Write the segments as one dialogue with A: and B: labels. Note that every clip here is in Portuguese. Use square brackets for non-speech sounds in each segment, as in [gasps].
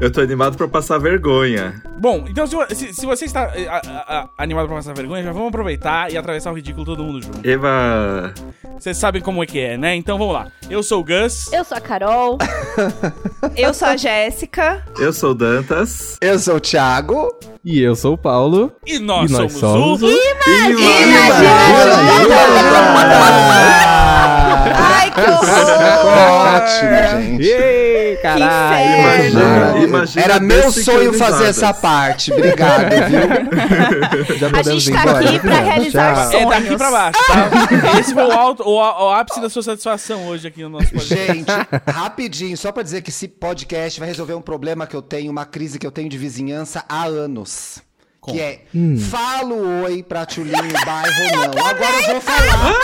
A: Eu tô animado pra passar vergonha.
B: Bom, então se, vo- se- se você está eh, a- a- a- animado pra passar vergonha, já vamos aproveitar e atravessar o ridículo todo mundo junto.
A: Eva.
B: Vocês sabem como é que é, né? Então vamos lá. Eu sou o Gus.
C: Eu sou a Carol.
D: [laughs] Eu sou a Jéssica.
A: Eu sou o Dantas.
E: Eu sou o Thiago.
F: E eu sou o Paulo.
B: E nós,
F: e nós
B: somos,
F: somos
B: o.
D: Ai, que
E: [laughs]
D: horror!
E: é Ótimo, gente.
F: Ei,
D: Que inferno.
A: Imagina,
E: Maravilha.
A: imagina
E: Era meu sonho
A: desincronizadas.
E: fazer essa parte. Obrigado, viu?
C: [laughs]
F: Já
C: A gente tá aqui pra realizar
B: É
C: sonhos.
B: daqui pra baixo, tá?
F: [laughs]
B: Esse foi o, alto, o, o ápice da sua satisfação hoje aqui no nosso podcast.
E: [laughs] Gente, rapidinho, só pra dizer que esse podcast vai resolver um problema que eu tenho, uma crise que eu tenho de vizinhança há anos. Que é, falo oi pra Tchulinho, bairro não. Agora eu vou falar.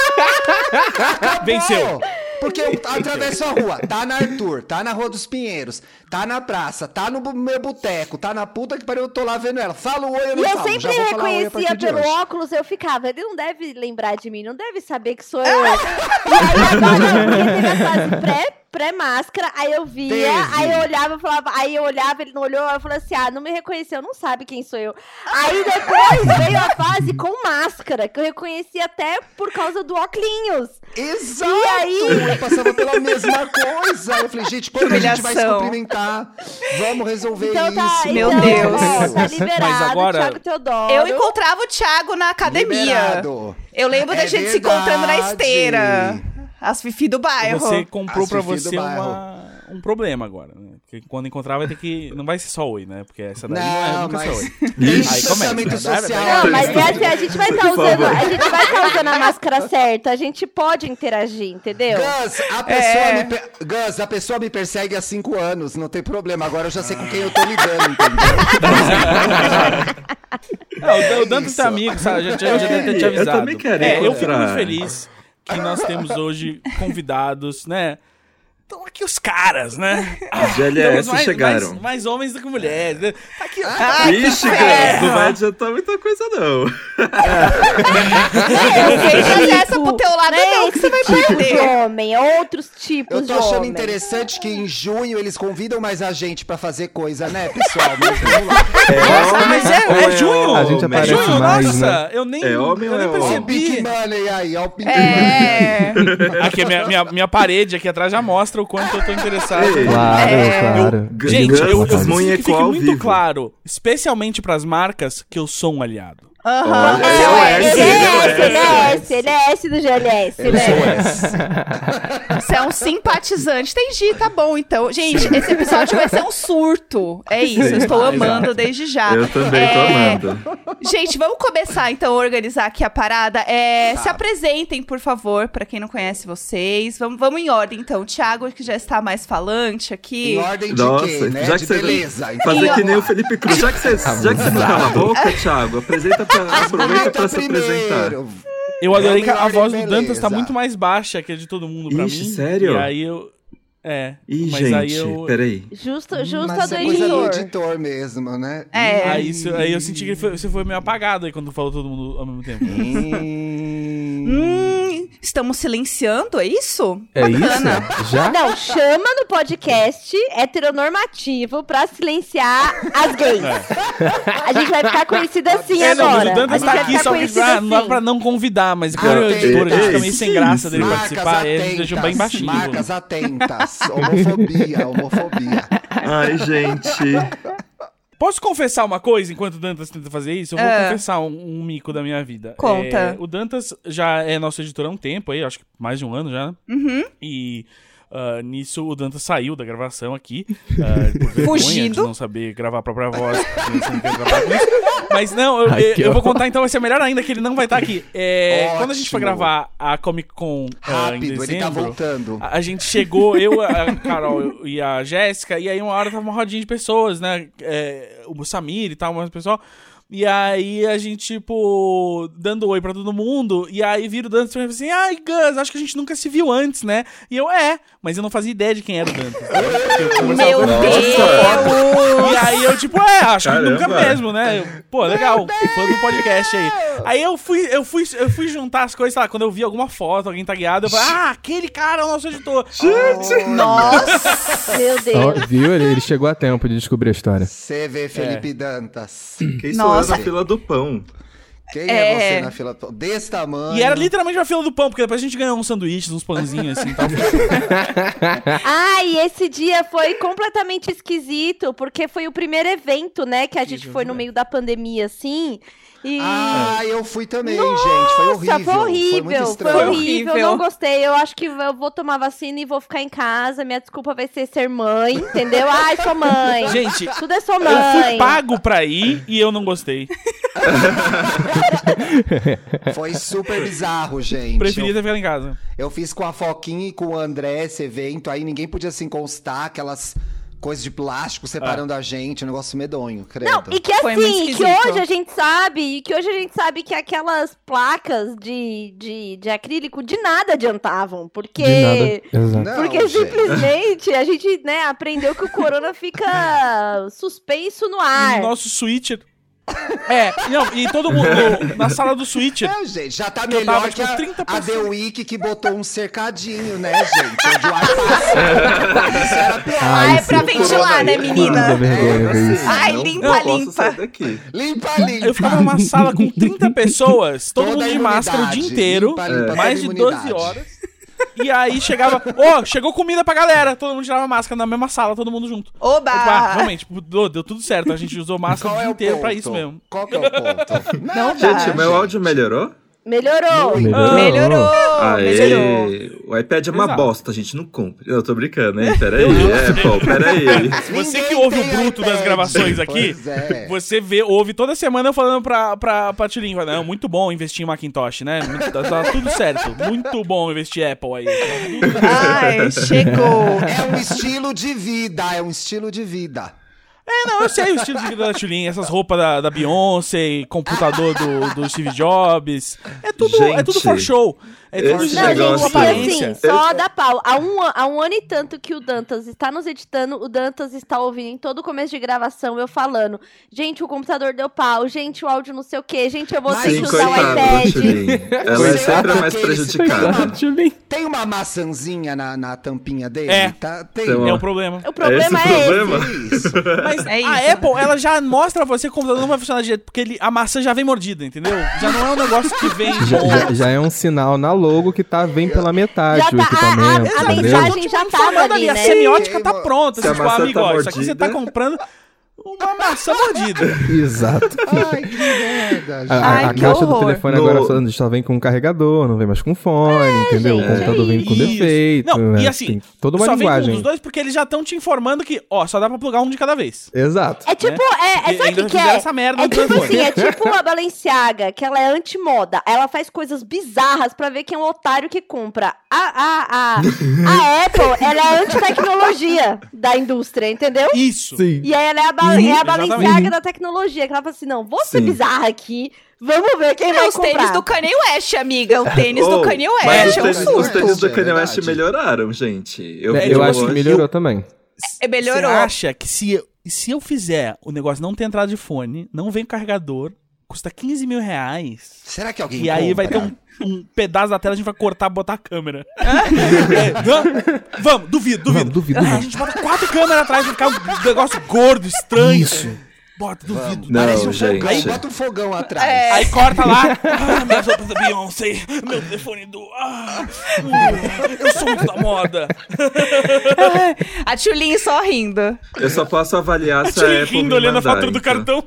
B: Venceu.
E: Pô, Porque eu atravesso a rua, tá na Arthur, tá na Rua dos Pinheiros, tá na praça, tá no bu- meu boteco, tá na puta que pariu, eu tô lá vendo ela. Fala o oi, eu
C: E
E: não
C: eu
E: falo, Então, já
C: sempre
E: vou falar oi a partir
C: reconhecia
E: de
C: pelo
E: hoje.
C: óculos, eu ficava, ele não deve lembrar de mim, não deve saber que
D: [laughs]
C: sou eu. e aí agora ele teve a fase pré- pré-máscara, aí eu via,
E: Teve.
C: aí eu olhava, eu falava, aí eu olhava, ele não olhou, eu falava assim, ah, não me reconheceu, não sabe quem sou eu. Aí depois veio a fase com máscara, que eu reconheci até por causa do óculos.
E: Exato!
C: E aí?
E: Eu passava pela mesma coisa. Eu falei, gente, quando a gente vai se
D: Humilhação.
E: cumprimentar? Vamos resolver
C: Então
E: isso.
C: tá,
D: meu
C: então,
D: Deus.
C: ó, tá liberado,
B: Mas agora-
C: Thiago Teodoro.
D: Eu encontrava o Thiago na academia.
E: Liberado.
D: Eu lembro da
E: É
D: gente se encontrando na
E: verdade.
D: esteira. As fifi do bairro.
B: Você comprou
E: As
B: pra
E: fifi do
B: você uma- um problema agora. Né? Porque quando encontrar vai ter que. Não vai ser só oi, né? Porque essa daí não, é
E: Não,
B: nunca só
E: mas...
B: oi. Aí
E: Isso,
B: começa,
E: distanciamento
B: né?
E: social.
C: Não, mas é
E: Isso.
C: assim, a gente vai estar
A: Por
C: usando,
A: favor.
C: a gente vai tá usando a máscara certa, a gente pode interagir, entendeu?
E: Gus, a pessoa,
C: É.
E: me per- Gus, a pessoa me persegue há cinco anos, não tem problema. Agora eu já sei com quem eu tô lidando, entendeu?
B: Não, o, o Dantas tá amigo, sabe? Eu já, eu já deve ter te
A: Eu
B: avisado.
A: também quero
B: É, eu fico
A: encontrar.
B: muito feliz que nós temos hoje convidados, né? Estão aqui os caras, né?
A: GLS
B: Temos mais,
A: chegaram.
B: Mais, mais homens do que mulheres. né? Tá aqui, ó.
A: Ixi, cara, não vai adiantar muita coisa, não.
D: Eu fiquei trazer essa pro teu lado, não, que você vai
C: De
D: perder.
C: homem, outros tipos
E: Eu
C: de
E: tô achando
C: homem.
E: interessante que em junho eles convidam mais a gente pra fazer coisa, né, pessoal? Mas vamos lá.
B: Mas é,
A: Ou
B: é junho!
A: homem?
F: A gente
B: É
F: aparece
B: junho,
F: mais,
B: nossa! Eu nem,
A: É homem
B: eu
A: ou
B: nem
A: é
E: Ó o Big
B: percebi.
E: Money aí, ó o Big Money.
D: É.
B: Aqui, a minha, minha, minha parede aqui atrás já mostra o quanto eu tô interessado.
A: Ei.
F: Claro,
C: É.
F: claro.
A: Eu-
B: Gente,
A: Gus
B: eu, eu preciso
A: Munheco
B: que fique
A: ao
B: muito
A: vivo.
B: claro, especialmente pras marcas, que eu sou um aliado.
D: Aham.
A: Olha, eu é,
C: Ele
A: eu
C: é S,
A: é.
C: ele é S, ele é S do GLS, né?
D: Você é um simpatizante. Entendi, tá bom então. Gente, esse episódio vai ser um surto. É isso, eu estou amando desde já.
A: Eu também tô
D: É,
A: amando.
D: Gente, vamos começar então a organizar aqui a parada. É,
A: Tá.
D: Se apresentem, por favor, pra quem não conhece vocês. Vamos, vamos em ordem então. O Thiago, que já está mais falante aqui.
E: Em ordem de quê,
A: Nossa, então,
E: né?
A: já
E: de
A: que você. tá-
E: beleza.
A: Fazer
E: então
A: que nem o
E: vamos lá.
A: Felipe Cruz. Já que você, já que você não cala a boca, Thiago, apresenta pra,
E: Ah, então
A: aproveita pra se apresentar. É
B: Eu
A: um
B: adorei que a
E: Homem,
B: voz do
E: beleza.
B: Dantas tá muito mais baixa que a de todo mundo pra
A: Ixi,
B: mim.
A: sério?
B: E aí eu. É.
A: Ih,
B: mas aí
A: gente,
B: eu.
A: peraí.
C: Justo, justo a
E: Mas
C: do
E: é coisa do
C: editor.
E: editor mesmo, né?
D: É.
B: Aí, isso- aí eu senti que foi- você foi meio apagado aí quando falou todo mundo ao mesmo tempo.
E: Hum.
D: Hum, estamos silenciando, é isso?
F: É isso? Já?
C: Não, chama no podcast heteronormativo pra silenciar as gays. A gente vai ficar conhecida assim
B: É, não, mas
C: agora.
B: o
C: a
B: Dantas
C: gente
B: tá
C: vai
B: aqui
C: ficar
B: só pra,
C: conhecida
B: pra-
C: assim.
B: não dá pra não convidar, mas como
E: Ah,
B: eu
E: tem-
B: editor, a gente
A: ei,
B: também sem
A: sim,
B: graça dele
A: sim.
B: participar, aí a gente deixou bem baixinho.
E: marcas atentas, homofobia, homofobia.
A: Ai, gente.
B: Posso confessar uma coisa enquanto o Dantas tenta fazer isso? Eu vou confessar um, um mico da minha vida.
D: Conta.
B: É, o Dantas já é nosso editor há um tempo aí, acho que mais de um ano já. né? E ah, nisso o Dantas saiu da gravação aqui. ah, por vergonha
D: Fugido.
B: De não saber gravar a própria voz. porque ele sempre quer gravar com isso. Mas não, eu,
F: Ai,
B: eu-
F: que
B: eu vou
F: horror.
B: contar então, vai ser melhor ainda que ele não vai estar aqui. É, quando a gente foi
E: Ótimo.
B: gravar a Comic Con ah, [laughs] em
E: Rápido,
B: dezembro...
E: ele tá voltando.
B: A a gente chegou, eu, a Carol e a Jéssica, e aí uma hora tava uma rodinha de pessoas, né? É, o Samir e tal, umas pessoal. E aí a gente, tipo, dando oi pra todo mundo. E aí vira o Dantas pra mim e fala assim: Ai, Gus, acho que a gente nunca se viu antes, né? E eu, é, mas eu não fazia ideia de quem era o Dantas.
D: Meu
B: E
D: Deus!
B: aí eu, tipo, é, acho que nunca
A: Caramba.
B: mesmo, né? Eu, Pô, legal, fã do podcast aí. Aí eu fui, eu fui, eu fui juntar as coisas, sei lá, quando eu vi alguma foto, alguém tagueado, eu falei, ah, aquele cara é o nosso editor.
D: Nossa!
B: [laughs]
C: Meu
F: Ó,
C: Deus.
F: viu? Ele, ele chegou a tempo de descobrir a história.
E: Você
B: É.
E: vê Felipe Dantas.
A: Quem sou eu
D: Nossa.
A: na fila do pão?
E: Quem é,
D: É.
E: você na fila to- desse tamanho?
B: E era literalmente uma fila do pão, porque depois a gente ganhou uns sanduíches, uns pãezinhos assim e
E: [laughs]
B: tal.
C: Ai, esse dia foi completamente esquisito, porque foi o primeiro evento, né, que a gente
B: Esquisito,
C: foi no
B: né?
C: meio da pandemia, assim. E.
E: Ah, eu fui também, gente. Foi horrível.
C: Nossa, foi
E: Foi muito
C: horrível, foi
E: estranho.
D: Foi
C: horrível,
D: horrível.
C: não gostei. Eu acho que eu vou tomar vacina e vou ficar em casa. Minha desculpa vai ser ser mãe, entendeu? Ai, sou mãe.
B: Gente,
C: Tudo é sua mãe.
B: eu fui pago pra ir e eu não gostei.
E: Foi
B: [laughs]
E: super bizarro, gente.
B: Preferi ter ficado em casa.
E: Eu fiz com a Foquinha e com o André esse evento, aí ninguém podia se encostar, aquelas coisas de plástico separando
B: É.
E: a gente, um negócio medonho, credo.
C: Não, e que
D: Foi muito
C: assim, que
D: esquisito.
C: hoje a gente sabe, e que hoje a gente sabe que aquelas placas de, de, de acrílico de nada adiantavam, porque...
F: De nada. Exato.
E: Não,
C: Porque
E: gente.
C: simplesmente a gente, né, aprendeu que o corona
E: [laughs]
C: fica suspenso no
E: Ah,
C: ar.
B: Nosso switcher. É, não, e todo mundo na sala do switcher.
E: Não, gente, já tá
B: Eu tava,
E: melhor
B: tipo,
E: que
B: 30%.
E: a, a The Week que botou um cercadinho, né, gente? Onde o ar
B: [laughs]
E: passou. Isso era pior.
D: Ah, é
F: isso
D: pra
F: é
A: um
D: ventilar, né,
F: Quando dá
D: menina?
F: vergonha ver isso.
D: Ai,
A: assim, não-
D: limpa,
A: não posso
D: limpa.
A: sair daqui.
E: Limpa, limpa.
B: Eu ficava numa sala com 30 pessoas, todo
E: Toda
B: mundo
E: a
B: de máscara o dia
E: imunidade,
B: inteiro,
E: limpa, limpa, toda a
B: mais de 12
E: imunidade.
B: horas. E aí chegava, ó, chegou comida pra galera, todo mundo tirava máscara na mesma sala, todo mundo junto. Eu, tipo, ah,
D: Oba!
B: realmente, tipo, deu, deu tudo certo, a gente usou máscara o
E: Qual é
B: dia
E: o
B: inteiro
E: ponto?
B: pra isso mesmo.
E: Qual
B: [laughs]
E: que é o ponto?
D: Não
E: Nada,
D: dá.
A: Gente, meu Tá. áudio melhorou?
C: Melhorou.
F: Melhorou.
D: Melhorou! Oh, Melhorou!
A: Aê! O iPad é uma
B: Exato.
A: bosta, gente. Não compre. Eu tô brincando, hein? Peraí, Apple, peraí.
B: Você
E: Ninguém
B: que ouve o
E: tem
B: bruto das
E: iPad.
B: gravações aqui,
E: Pois é.
B: você vê, ouve toda semana eu falando pra, pra, pra Tulin, fala, não, muito bom investir em Macintosh, né? Muito- tá, tá tudo certo. Muito bom investir em Apple aí.
D: Ai, chegou!
E: É um estilo de vida, é um estilo de vida.
B: É, não, eu sei o estilo de vida da Tulin, essas roupas da, da Beyoncé, computador do, do Steve Jobs. É tudo, é tudo
A: Gente,
B: for show. É tudo
A: esse
C: Não,
A: negócio-
C: gente,
B: com
A: Nossa.
C: e
B: aparência.
C: assim, só dá pau. Há um, an- há um ano e tanto que o Dantas está nos editando, o Dantas está ouvindo em todo começo de gravação eu falando: gente, o computador deu pau, gente, o áudio não sei o quê, gente, eu vou
E: Mas,
C: ter que
A: Sim,
C: usar o
A: coitada da
C: iPad.
A: Tulin. Ela é
E: Coitada
A: sempre a mais
E: daquele
A: prejudicada.
E: Tem uma maçãzinha na, na tampinha dele?
B: É.
E: Tá, tem.
A: Então,
B: É
A: ó.
B: o problema.
C: O problema
A: esse
C: é,
A: o problema?
E: Isso.
A: [laughs]
B: Mas
D: É isso.
B: a Apple, ela já mostra pra você que o computador não vai funcionar direito, porque ele, a maçã já vem mordida, entendeu? Já não é um negócio que vem.
F: Já,
B: bom.
F: já- já é um sinal na logo que tá vem pela metade
C: Já
F: o
C: tá- a-
F: equipamento,
C: a- a
F: entendeu?
C: mensagem já
B: Tá
C: tava
B: informando
C: ali,
B: a
C: né?
B: semiótica tá
E: Sim.
B: pronta.
A: Se a
B: Assim, tipo,
A: maçã
B: amigo,
A: tá
B: ó, isso aqui você tá
A: mordida-
B: comprando uma maçã mordida.
F: Exato.
E: Ai, que
A: Ah,
E: merda, gente.
F: A, a- a
D: Ai, que
F: caixa
D: horror.
F: do telefone
A: No-
F: agora só, só vem com um carregador, não vem mais com fone, entendeu?
C: gente,
F: o computador
C: é
F: vem com
B: isso.
F: defeito.
B: Não,
F: né?
B: e assim,
F: Tem [laughs] toda uma
B: só vem
F: linguagem.
B: com um dos dois porque eles já estão te informando que, ó, só dá pra plugar um de cada vez.
F: Exato.
C: É tipo,
B: Porque
C: é, é sabe o
B: ainda
C: que que
B: fizeram
C: é?
B: essa merda
C: É
B: no
C: tipo
B: telefone.
C: assim, é tipo a Balenciaga, que ela é anti-moda. Ela faz coisas bizarras pra ver quem é um otário que compra. A, a, a, a Apple, ela é anti-tecnologia da indústria, entendeu?
B: Isso.
F: Sim.
C: E aí ela é a, ba é a Balenciaga
F: exatamente.
C: da tecnologia, que ela fala assim, não, vou ser
F: Sim.
C: bizarra aqui, vamos ver quem
D: É
C: vai
D: os tênis
C: comprar.
D: do Kanye West, amiga. O tênis
A: Oh,
D: do Kanye
A: mas os
D: West é um
A: tênis- Os
D: surto.
A: tênis do
E: É
A: Kanye West
E: verdade.
A: melhoraram, gente. Eu,
F: É,
A: vi
F: eu
B: tipo
A: um
F: acho que
B: assim,
A: hoje.
F: melhorou também.
D: É, Melhorou.
B: Você acha que se eu, se eu fizer o negócio não ter entrada de fone, não vem carregador, custa 15 mil reais.
E: Será que alguém
B: E aí vai ter
E: compra?
B: um, um pedaço da tela, a gente vai cortar, botar a câmera. [laughs] É, não? vamos, duvido, duvido.
F: Vamos, duvido,
B: Ah,
F: não.
B: a gente bota quatro câmeras atrás, vai ficar um negócio gordo, estranho.
F: Isso.
B: Bota, duvido.
A: Não,
B: parece um
A: gente.
B: fogão. Aí,
E: Bota um fogão atrás.
D: É.
B: aí corta lá. Ah, minhas roupas da Beyoncé, meu telefone do... Ah, hum, eu sou muito da moda.
D: A Tulin só rindo.
A: Eu só posso avaliar
B: [laughs]
A: se é a
B: Tirei
A: Apple me
B: rindo, olhando a
A: mandar,
B: fatura do
A: então.
B: cartão.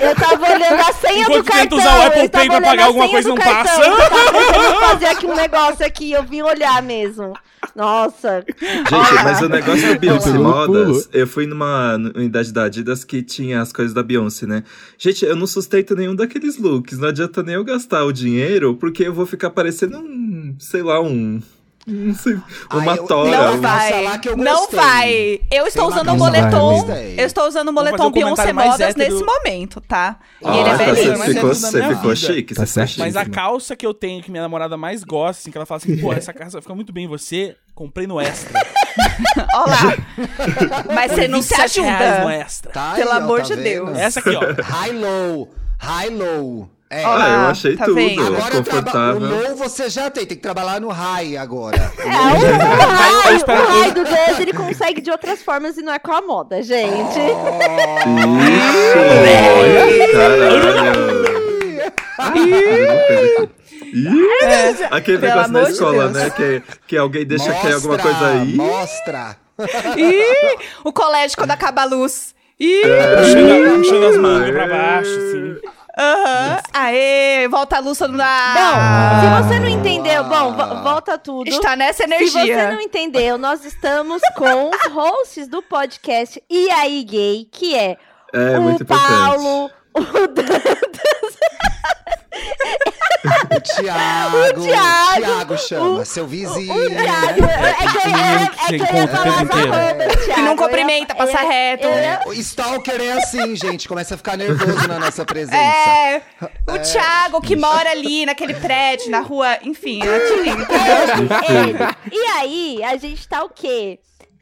C: Eu tava olhando a senha
B: Enquanto
C: do
B: tenta
C: cartão.
B: usar o Apple
C: eu tava
B: Pay pra
C: olhando
B: pagar
C: a
B: alguma
C: senha
B: coisa,
C: do
B: não
C: cartão.
B: passa.
C: Eu tava tentando fazer aqui um negócio aqui, eu vim olhar mesmo. Nossa.
A: Gente, mas o negócio da Beyoncé
F: Pelo
A: Modas,
F: pulo.
A: eu fui numa unidade da Adidas que tinha as coisas da Beyoncé, né? Gente, eu não sustento nenhum daqueles looks. Não adianta nem eu gastar o dinheiro, porque eu vou ficar parecendo um, [laughs] sei lá, um Não sei. Uma
E: Ai, eu-
A: tora.
D: Não
E: Olha,
A: um-
D: tá.
E: eu vou
D: vai.
E: falar que eu
D: não
E: gostei.
D: vai. Eu estou
E: Tem
D: usando
E: uma
D: o
F: calça que eu
D: moletom.
E: gostei.
D: Eu estou usando o
B: Vamos fazer
D: moletom
B: um
D: Beyoncé
B: comentário mais
D: Modas
B: hétero.
D: nesse momento, tá? E
A: Ah,
D: ele é
A: tá, você
B: belíssimo, mas
D: belíssimo.
B: é
A: ficou,
B: tudo na
A: você
B: minha
A: ficou
B: vida.
A: chique.
F: Tá
A: você ficou
F: certo.
A: chique. Ah,
B: Mas a
F: Sim.
B: calça que eu tenho, que minha namorada mais gosta, assim, que ela fala assim, pô, essa calça fica muito bem em você, comprei no extra.
D: Olha lá. Mas você não se
B: 27 reais é? no
D: ajuda.
B: extra.
E: Tá
D: Pelo
E: ó,
D: amor
E: tá
D: de
E: vendo?
D: Deus.
B: Essa aqui, ó.
E: High low. High low. É.
D: Ó lá,
A: Ah, eu achei
D: tá
A: tudo.
D: vendo?
E: Agora traba- o
A: confortável.
E: low você já tem, tem que trabalhar no high agora.
C: É, o, o
B: Eu
C: raio,
B: espero-
C: o raio do Gus, ele consegue de outras formas e não é com a moda, gente.
A: Isso! Olha, caralho! Ih,
D: É.
A: Aquele
D: Pelo
A: negócio na
D: amor de
A: escola,
D: Deus.
A: né? Que, que alguém deixa cair alguma coisa aí.
E: Mostra.
D: Ih, o colégio quando acaba a luz. Ih,
B: É. Puxando, puxando as mangas pra baixo, assim.
D: aham. Aê, volta a luz todo mundo. Ah,
C: Bom, se você não entendeu, bom, vo- volta tudo.
D: está nessa
C: Se você
D: energia.
C: não entendeu, nós estamos com os hosts do podcast E aí Gay, que é,
A: É, muito
C: o
A: importante.
C: Paulo, o Dan,
E: O Thiago.
C: O Thiago.
E: Thiago chama,
C: O-
E: seu vizinho.
C: o Thiago. É que eu ia- é que eu
B: Sem
C: ia
B: conta o
C: falar as
B: tempo inteiro.
C: arrobas, Thiago. é
D: Que
C: Eu
D: não
C: ia- é,
D: cumprimenta,
C: eu
D: passa
C: ia-
D: reto.
C: eu ia-
E: O Stalker é assim, gente. Começa a ficar nervoso na nossa presença.
D: É, o Thiago que mora ali naquele prédio, na rua, enfim. é eu te-
C: Ele. E aí, a gente tá o quê?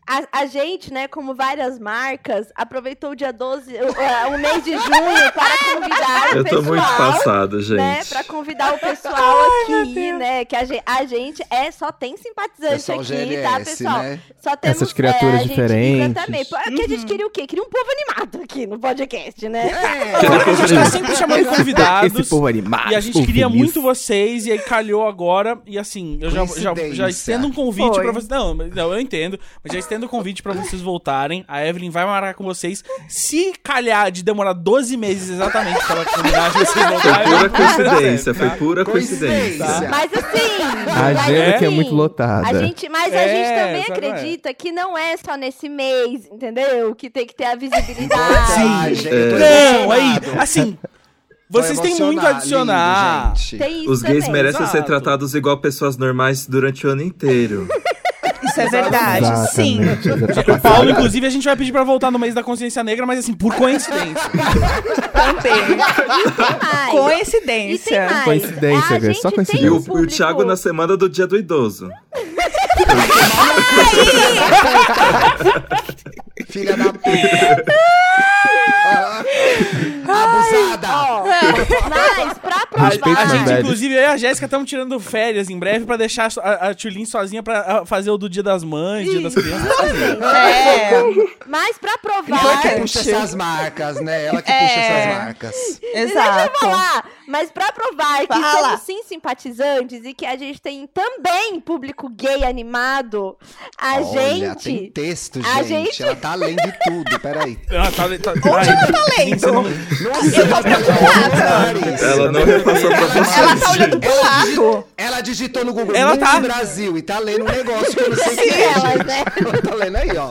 C: A, a gente, né, como várias marcas, aproveitou o dia 12, o, eh, o mês de junho, para
D: [laughs]
C: convidar o
A: Eu tô
C: pessoal.
A: muito passado,
C: né,
A: gente.
C: pra convidar o pessoal aqui, né? Que a gente, a gente é, só tem simpatizante
E: Pessoal
C: aqui, tá,
E: GLS,
C: pessoal?
E: né?
C: Só temos,
F: Essas criaturas
C: é, a gente-
F: diferentes.
C: Exatamente. Porque é a gente queria o quê? Queria um povo animado aqui no podcast,
E: Uhum.
C: né?
E: É.
A: Que
B: A gente tá
A: convidado.
B: sempre chamando convidados.
F: Esse
A: é
F: povo animado.
B: E a gente
F: povo
B: queria
F: feliz.
B: muito vocês, e aí calhou agora. E assim, eu já, já, já
E: Coincidência.
B: estendo um convite
D: Foi.
B: pra vocês. Não, mas- não, eu entendo. Mas já estendo o convite pra vocês voltarem. A Evelyn vai marcar com vocês. Se calhar de demorar 12 meses exatamente pra ela convidar vocês
A: Foi
B: voltarem.
A: pura coincidência,
B: tá?
A: foi pura
E: Coincidência.
A: coincidência.
C: Mas assim.
F: A
C: mas
F: agenda que é
C: assim,
F: muito lotada.
C: A gente, mas a
B: É,
C: gente também
B: sabe,
C: acredita que não é só nesse mês, entendeu? Que tem que ter a
E: Ai,
C: visibilidade.
E: gente, eu tô
A: É.
B: Não, aí,
E: emocionado.
B: assim,
E: Tô
B: vocês têm muito a
E: emocionado,
B: adicionar.
E: lindo, gente.
C: Tem isso
A: Os gays
C: também.
A: merecem ser
B: Exato.
A: tratados igual pessoas normais durante o ano inteiro.
D: Isso é verdade, sim.
F: Exatamente, exatamente.
B: O Paulo, inclusive, a gente vai pedir pra voltar no mês da consciência negra, mas assim, por coincidência.
D: Também.
C: Ai, E tem
D: Coincidência.
C: mais.
F: Coincidência,
C: a
F: Grace,
C: gente
F: só
C: tem
F: coincidência.
A: E o, e
C: um
A: o Thiago
C: público-
A: na semana do dia do idoso.
E: Filha da puta. Abusada.
C: Ó, mas pra
F: [laughs] Respeito
B: A
F: aos
B: gente,
C: provar.
F: velhos.
B: inclusive, eu e a Jéssica estamos tirando férias em breve pra deixar a, a Tulin sozinha pra ah, fazer o do Dia das Mães, Dia das Crianças.
D: É,
C: Mas pra
E: Ela
C: provar.
E: é que puxa essas marcas, né? Ela que
D: É.
E: puxa essas marcas.
C: Deixa
D: exato.
C: eu falar, mas pra provar que
D: Fala.
C: somos sim simpatizantes e que a gente tem também público gay animado, a
E: Olha, tem
C: gente.
E: texto,
C: a
E: gente.
C: gente-
E: Ela tá além de tudo, peraí.
B: Ah, tá, tá, Onde eu tô lendo?
E: tá
A: Ela não repassou pra
D: Ela tá
A: vocês.
D: olhando pro lado.
E: Ela digitou no Google
B: Ela
E: Ela
B: tá.
E: Brasil e tá lendo um negócio que eu não sei o que é,
C: Ela,
E: gente.
C: né?
E: Ela tá lendo aí, ó.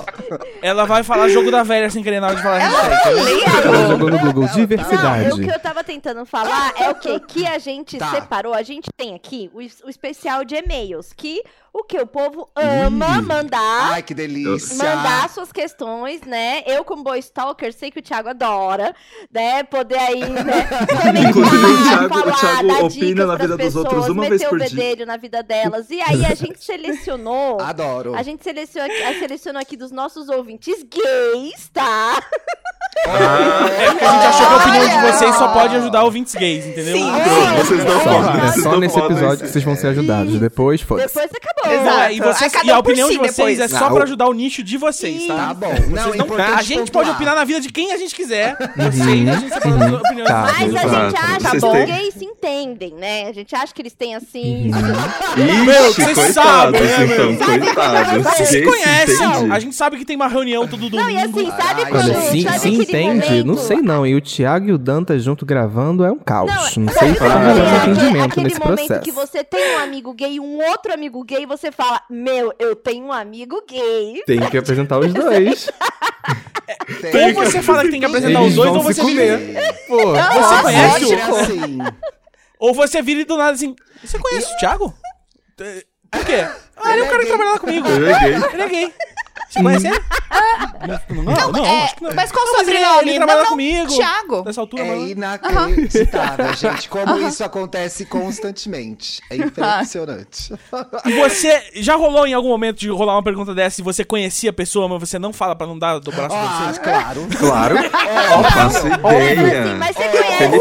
B: Ela vai falar jogo da velha sem querer na hora de falar. hashtag.
C: é
F: Ela jogou no Google
C: Não, eu- o
F: diversidade.
C: que eu tava tentando falar é o quê? Que a gente
E: Tá.
C: separou, a gente tem aqui o, es- o especial de e-mails, que o que o povo ama mandar.
E: Ai, que delícia.
C: Mandar suas questões, né? Eu, como boa stalker, sei que o Thiago adora, né? Poder aí,
A: [laughs]
C: né? comentar,
A: Inclusive, o Thiago- o
C: falar,
A: Thiago
C: dar
A: opina
C: dicas
A: na
C: pras
A: vida dos
C: pessoas,
A: outros uma
C: meter
A: vez por
C: o
A: dia.
C: bedelho na vida delas. E aí, a gente
A: [laughs]
C: selecionou.
E: Adoro.
C: A gente selecionou aqui, a- selecionou aqui dos nossos ouvintes gays, tá?
F: Ah,
B: É porque a gente achou que a opinião de vocês só pode ajudar ouvintes gays, entendeu?
D: Sim.
A: Não, vocês não
F: Só,
A: podem.
F: é
A: vocês
F: só
A: não
F: nesse
A: podem.
F: episódio que vocês vão ser ajudados. Depois, foda-se.
C: Depois acabou.
B: Então, é, E,
D: Exato.
B: vocês-
D: Aí cada
B: e a
D: um por
B: opinião de
D: si
B: vocês
D: depois.
B: é só
E: Não.
B: pra ajudar o nicho de vocês, tá?
E: Tá bom. Não, é
B: Vocês não-
E: importante
B: a gente pode
E: pontuar.
B: opinar na vida de quem a gente quiser. Vocês, a gente separa as opiniões.
F: Tá.
B: de
C: Mas
B: vocês.
C: a
A: Exato.
C: gente acha
A: é Vocês
C: que
A: têm-
C: os gays se entendem, né? A gente acha que eles têm assim.
F: Uhum.
B: Meu,
A: Ixi,
B: vocês
A: coitados,
B: sabem, né,
A: então,
B: meu?
A: coitados.
B: Vocês se
A: Ninguém
B: conhecem.
A: entende.
B: A gente sabe que tem uma reunião todo domingo.
C: Não, e assim, sabe
E: Ai,
C: quando.
F: Olha,
E: Gente,
F: sim,
C: sabe
F: sim,
C: aquele
F: entende?
C: momento?
F: Não sei não. E o Thiago e o Danta junto gravando é um caos. Não,
C: sabe
F: sei se
C: quando
F: vai ter um
C: é aquele,
F: entendimento
C: aquele
F: nesse
C: momento que
F: processo.
C: você tem um amigo gay, um outro amigo gay, e você fala: Meu, eu tenho um amigo gay.
F: Tem que apresentar os dois.
B: Ou você fala que tem que apresentar os
F: Eles
B: dois,
F: vão
B: ou você,
F: se
B: vira,
F: comer. Pô,
B: você conhece
E: Pode
B: o-
E: ser é assim.
B: ou você vira e do nada assim. Você conhece o Thiago? Por quê? Ah, ele é o cara que trabalhava comigo.
A: Ele é gay.
B: Ele é gay. Você conhece ele? Não, não,
D: é,
B: acho que não.
D: Mas qual
B: Não,
D: o
B: mas ele-
D: sobrenome?
B: ele trabalha
D: não, não,
B: comigo.
D: Thiago.
B: Nessa altura,
E: É
B: mano.
E: inacreditável, gente. Como isso acontece constantemente. É impressionante.
B: E você já rolou em algum momento de rolar uma pergunta dessa e você conhecia a pessoa, mas você não fala pra não dar do braço pra
E: Ah,
B: você?
E: claro.
A: Claro. Ó, faço
C: Assim,
A: ideia. É.
C: mas você
A: Felipe
C: conhece ele?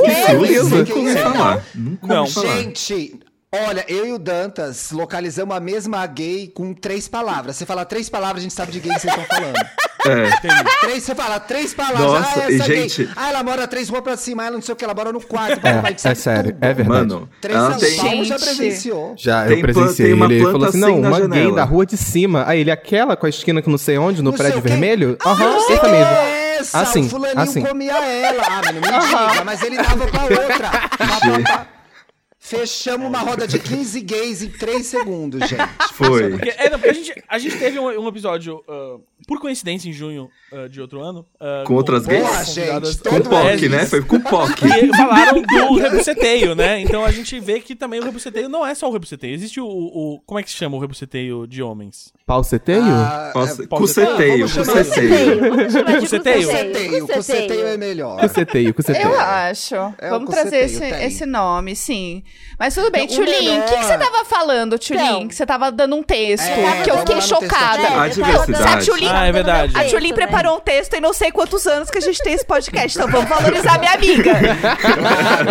E: Cruz.
A: Sureza,
E: Sim,
A: quem ia
E: sim.
A: falar? Nunca
B: Não.
A: ouvi falar.
E: Gente, olha, eu e o Dantas localizamos a mesma gay com três palavras. Você fala três palavras, a gente sabe de gay que vocês estão falando.
A: É.
E: Três, você fala três palavras.
A: Nossa,
E: ah, essa
A: e,
E: gay.
A: gente-
E: Ah, ela mora três ruas pra cima. Ah, Ela não sei o que, ela mora no quarto.
F: É, é sério, é verdade.
A: Mano,
E: Três
A: ela tem,
D: Gente.
E: já presenciou.
F: Já,
A: Tem
F: eu
A: plan-
F: presenciei
A: tem uma
F: ele, ele falou
A: planta
F: assim,
A: sem
F: não,
A: na
F: uma gay
A: janela.
F: da rua de cima. Aí ele, aquela com a esquina que não sei onde, no
E: Não sei
F: prédio
E: o quê.
F: vermelho?
E: Ah,
F: Aham,
E: não sei
F: essa
E: quem
F: mesmo.
E: é essa.
F: Assim,
E: o fulaninho
F: assim.
E: comia ela. Ah, mano, mentira. mas ele dava pra
F: [laughs]
E: outra. Pá, pá, pá. Fechamos uma roda de 15 gays em 3 segundos, gente.
A: Foi.
B: Porque, é, não, porque a, gente, a gente teve um, um episódio, ah, por coincidência, em junho ah, de outro ano. ah,
A: Com outras gays?
E: Boa,
B: convidadas-
E: gente,
A: Com
E: todo
A: POC,
B: lésbicas.
A: né? Foi com
B: [laughs]
A: POC.
B: E falaram do rebuceteio, né? Então a gente vê que também o rebuceteio não é só o rebuceteio. Existe o, o- Como é que se chama o rebuceteio de homens?
F: Pau ceteio?
E: Ah,
A: Nossa,
B: pau-
A: Cuceteio,
E: vamos chamar-
A: cuceteio.
C: Vamos chamar de
B: Cuceteio. um.
E: Cuceteio,
C: um.
E: cuceteio é melhor.
F: Cuceteio, cuceteio.
D: Eu acho.
E: É,
D: Vamos
E: o
D: trazer
E: Cuceteio
D: esse,
E: tem.
D: esse nome, sim. Mas tudo bem,
E: Não, o
D: Tchulin, o que, que você
E: melhor-
D: tava falando, Tchulin?
C: Então.
D: que você tava dando um texto,
E: É,
D: que eu
E: vamos
D: fiquei
E: lá no texto
A: A
C: Ah,
D: chocada.
E: aqui.
C: é, eu tava
A: diversidade.
C: dando-
D: A Tchulin-
B: um. Ah, é verdade.
D: A Tchulin
C: Isso, né?
D: preparou um texto em não sei quantos anos que a gente tem esse podcast, então vamos valorizar minha amiga.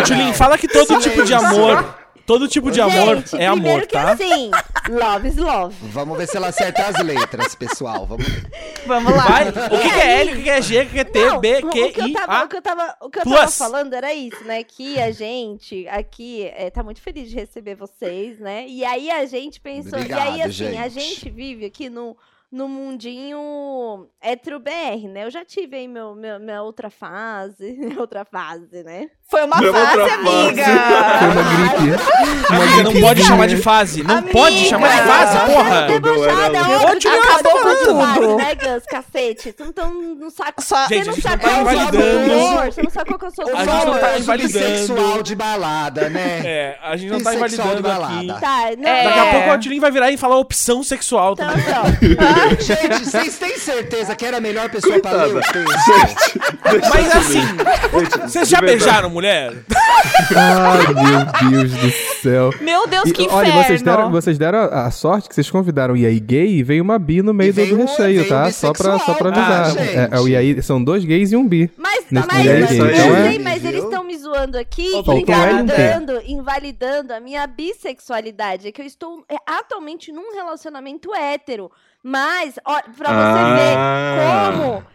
B: Tulin, fala que todo tipo de amor. Todo tipo de amor
C: Gente,
B: é amor,
C: primeiro que
B: tá?
C: assim, love is love.
E: Vamos ver se ela acerta as letras, pessoal. Vamos ver.
D: Vamos lá.
B: Vai, o que, que é L, o que, que é G, o que, que é T,
C: Não,
B: B,
C: o-
B: Q,
C: o que eu
B: I,
C: tava,
B: A.
C: o que eu tava, o que eu
B: plus.
C: tava falando era isso, né? Que a gente aqui é, tá muito feliz de receber vocês, né? E aí a gente pensou, e aí
E: Obrigado,
C: assim, a
E: gente.
C: gente vive aqui no no mundinho hétero BR, né? Eu já tive aí meu, meu- minha outra fase, [laughs] minha outra fase, né?
D: Foi uma
A: Foi uma
D: fase,
A: outra
D: amiga.
F: Foi uma gripe.
B: Amiga, não pode chamar de fase. Não
D: Amiga.
B: pode chamar de
C: Ah,
B: fase,
C: eu tô
B: porra.
C: debochada, é
A: Era-
C: outra
D: Onde
C: fase,
D: acabou
C: outra
D: com
C: fase,
D: tudo?
C: Né, Gus? Cacete, vocês não estão no saco.
D: Só-
C: Você
B: Gente,
C: não
B: a gente
C: sabe
B: não tá
C: qual é eu sou
B: invalidando.
C: do amor, você não sabe qual que é eu sou do
E: O
B: gente não
C: amor.
B: tá
E: famoso
B: invalidando.
E: bissexual de balada, né?
B: É, a gente não
E: Tem
B: tá
E: sexual de
B: invalidando aqui.
E: balada.
C: Tá, não,
D: É.
B: Daqui a pouco a Tulin vai virar e falar opção sexual
C: Então,
B: também.
C: então.
E: Gente, vocês têm certeza que era a melhor pessoa pra ler o texto?
A: Gente, deixa
C: é
B: Mas
A: eu
B: assim,
A: ver. Gente,
B: vocês
A: de
B: já
A: verdade.
B: beijaram mulher?
F: Ai, meu Deus do céu.
D: Meu Deus,
F: E,
D: que inferno.
F: olha, vocês deram, vocês deram a, a sorte que vocês convidaram o IAI gay e veio uma bi no meio do-
E: veio
F: do
E: um-
F: recheio,
E: veio
F: tá?
E: um
F: Só pra, só pra
E: bissexual,
F: avisar.
E: tá,
F: É, é,
E: gente?
F: o IAI são dois gays e um bi.
C: Mas,
F: Nesse
C: mas,
A: lugar
C: eu
A: aqui,
F: então é-
C: sei, mas
E: Viu?
C: eles estão me zoando aqui,
F: Faltou um
C: invalidando, invalidando a minha bissexualidade. É que eu estou é, atualmente num relacionamento hétero. Mas, ó, pra
A: Ah.
C: você ver como é. o-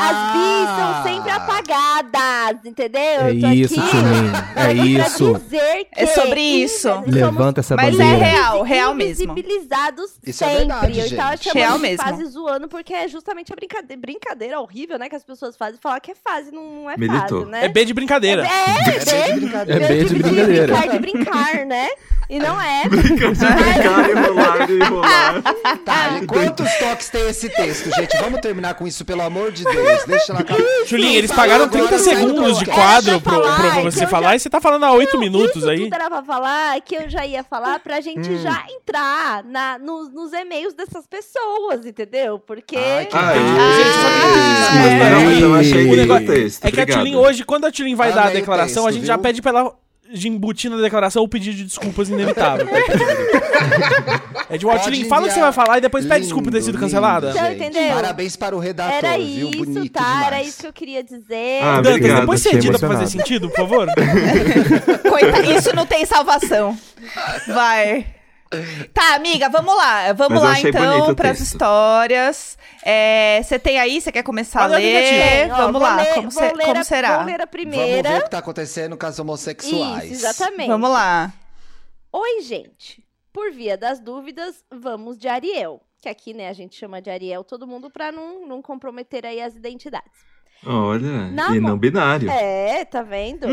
C: As bis são sempre apagadas, entendeu?
F: É
C: eu tô aqui,
F: isso, Tchumin,
C: tô
F: é
C: aqui pra
F: isso.
C: dizer que
D: É sobre isso.
C: invisibilizados
F: Levanta essa
D: Mas é
F: bandeira.
D: real. mesmo.
C: Invisibilizados
E: um Isso é
C: sempre.
E: verdade,
C: eu estava
E: gente.
C: chamando
D: Real
C: de
D: mesmo.
C: fase zoando, porque é justamente a brincadeira, brincadeira horrível, né? Que as pessoas fazem falar que é fase, não, não é
A: Militou.
C: fase, né?
B: É B de brincadeira.
C: É,
E: É bem
C: é
E: de
C: bem.
E: brincadeira.
F: É bem de
C: tipo
F: brincadeira.
C: brincar de brincar, né? E não é.
A: Brincar, enrolar, enrolar.
E: Tá, e quantos toques tem esse texto, gente? Vamos terminar com isso, pelo amor de Deus. Deixa ela acabar.
B: Julinho, eles pagaram 30
E: Agora sai do
B: segundos de
E: podcast.
B: quadro
C: Era pra
B: pro,
C: falar,
B: pra
C: então
B: você
C: já-
B: falar e você tá falando há 8 minutos
C: Isso
B: aí.
C: tudo era pra falar que eu já ia falar pra gente
E: Hum.
C: já entrar na, nos, nos e-mails dessas pessoas, entendeu? Porque.
E: Ai, que
A: Ai,
E: Gente, só
A: gente,
D: que-
A: não, então achei
F: É.
A: que o texto.
B: É que a
A: obrigado.
B: Tulin hoje, quando a Tulin vai
E: Ah,
B: dar a
E: meio
B: declaração,
E: texto,
B: a gente já
E: viu?
B: pede pra ela de embutir na declaração o pedido de desculpas inevitável. tá, Tulin? é de ó,
E: Pode
B: Tulin, fala o que você vai
E: enviar.
B: falar e depois pede
E: Lindo,
B: desculpa por ter sido
E: lindo,
B: cancelada.
C: Então,
E: gente.
C: entendeu?
E: Parabéns para o redator,
C: era
E: viu?
C: isso,
E: Bonito
C: tá?
E: demais.
C: Era isso que eu queria dizer.
A: Ah,
B: Dantas,
A: Obrigado,
B: depois você
F: fiquei
B: edita pra fazer
F: emocionado.
B: sentido, por favor.
D: Coita- isso não tem salvação. Vai. Tá, amiga, vamos lá.
A: Mas
D: Vamos
A: eu
D: lá,
A: achei bonito
D: então,
A: o
D: pras
A: texto.
D: histórias. É, Você tem aí? Você quer começar
B: Olha
D: a
B: o
D: ler?
B: negativo.
C: Ó,
D: É, vamos
C: vou
D: lá,
C: ler-
D: como,
C: vou
D: se-
C: ler
D: como
C: a-
D: será?
C: Vou ler a
E: Vamos ver o
C: primeira.
E: que tá acontecendo com as homossexuais.
C: Isso, exatamente.
D: Vamos lá.
C: Oi, gente. Por via das dúvidas, vamos de Ariel. Que aqui, né, a gente chama de Ariel todo mundo pra não, não comprometer aí as identidades.
A: Olha,
C: Na
A: e
C: mo-
A: não binário.
C: É, tá vendo?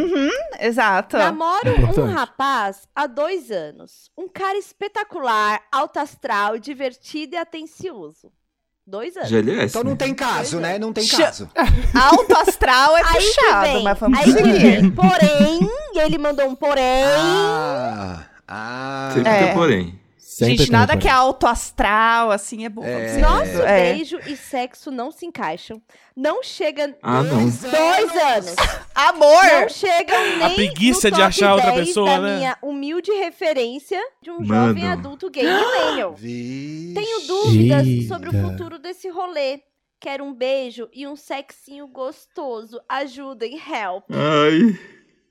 D: Exato.
C: Namoro um
F: Importante.
C: rapaz há dois anos. Um cara espetacular, alto astral, divertido e atencioso. Dois anos.
A: GLS.
E: Então não
A: né?
E: tem caso, né? Não tem
D: Ch-
E: caso.
D: Alto astral é
C: Aí que
D: puxado,
C: vem,
D: mas vamos
C: aí que
D: seguir.
C: vem. Porém, ele mandou um porém.
E: Ah, ah.
A: Sempre
D: É.
A: tem um porém.
G: Sempre
D: Gente,
G: tem
D: nada
G: um
D: que é alto astral, assim, é bom.
E: É.
D: Vamos-
C: Nosso
D: É.
C: beijo e sexo não se encaixam. Não chega
A: Ah, não.
C: dois anos. Não
D: Amor!
C: chegam nem
B: preguiça
C: no
B: de
C: top
B: achar outra
C: 10
B: pessoa,
C: da
B: né?
C: minha humilde referência de um
A: Mano.
C: jovem adulto gay
B: [gasps]
C: millennial. Então, Tenho dúvidas sobre o
G: Eita.
C: futuro desse rolê. Quero um beijo e um sexinho gostoso. Ajudem, help.
A: Ai,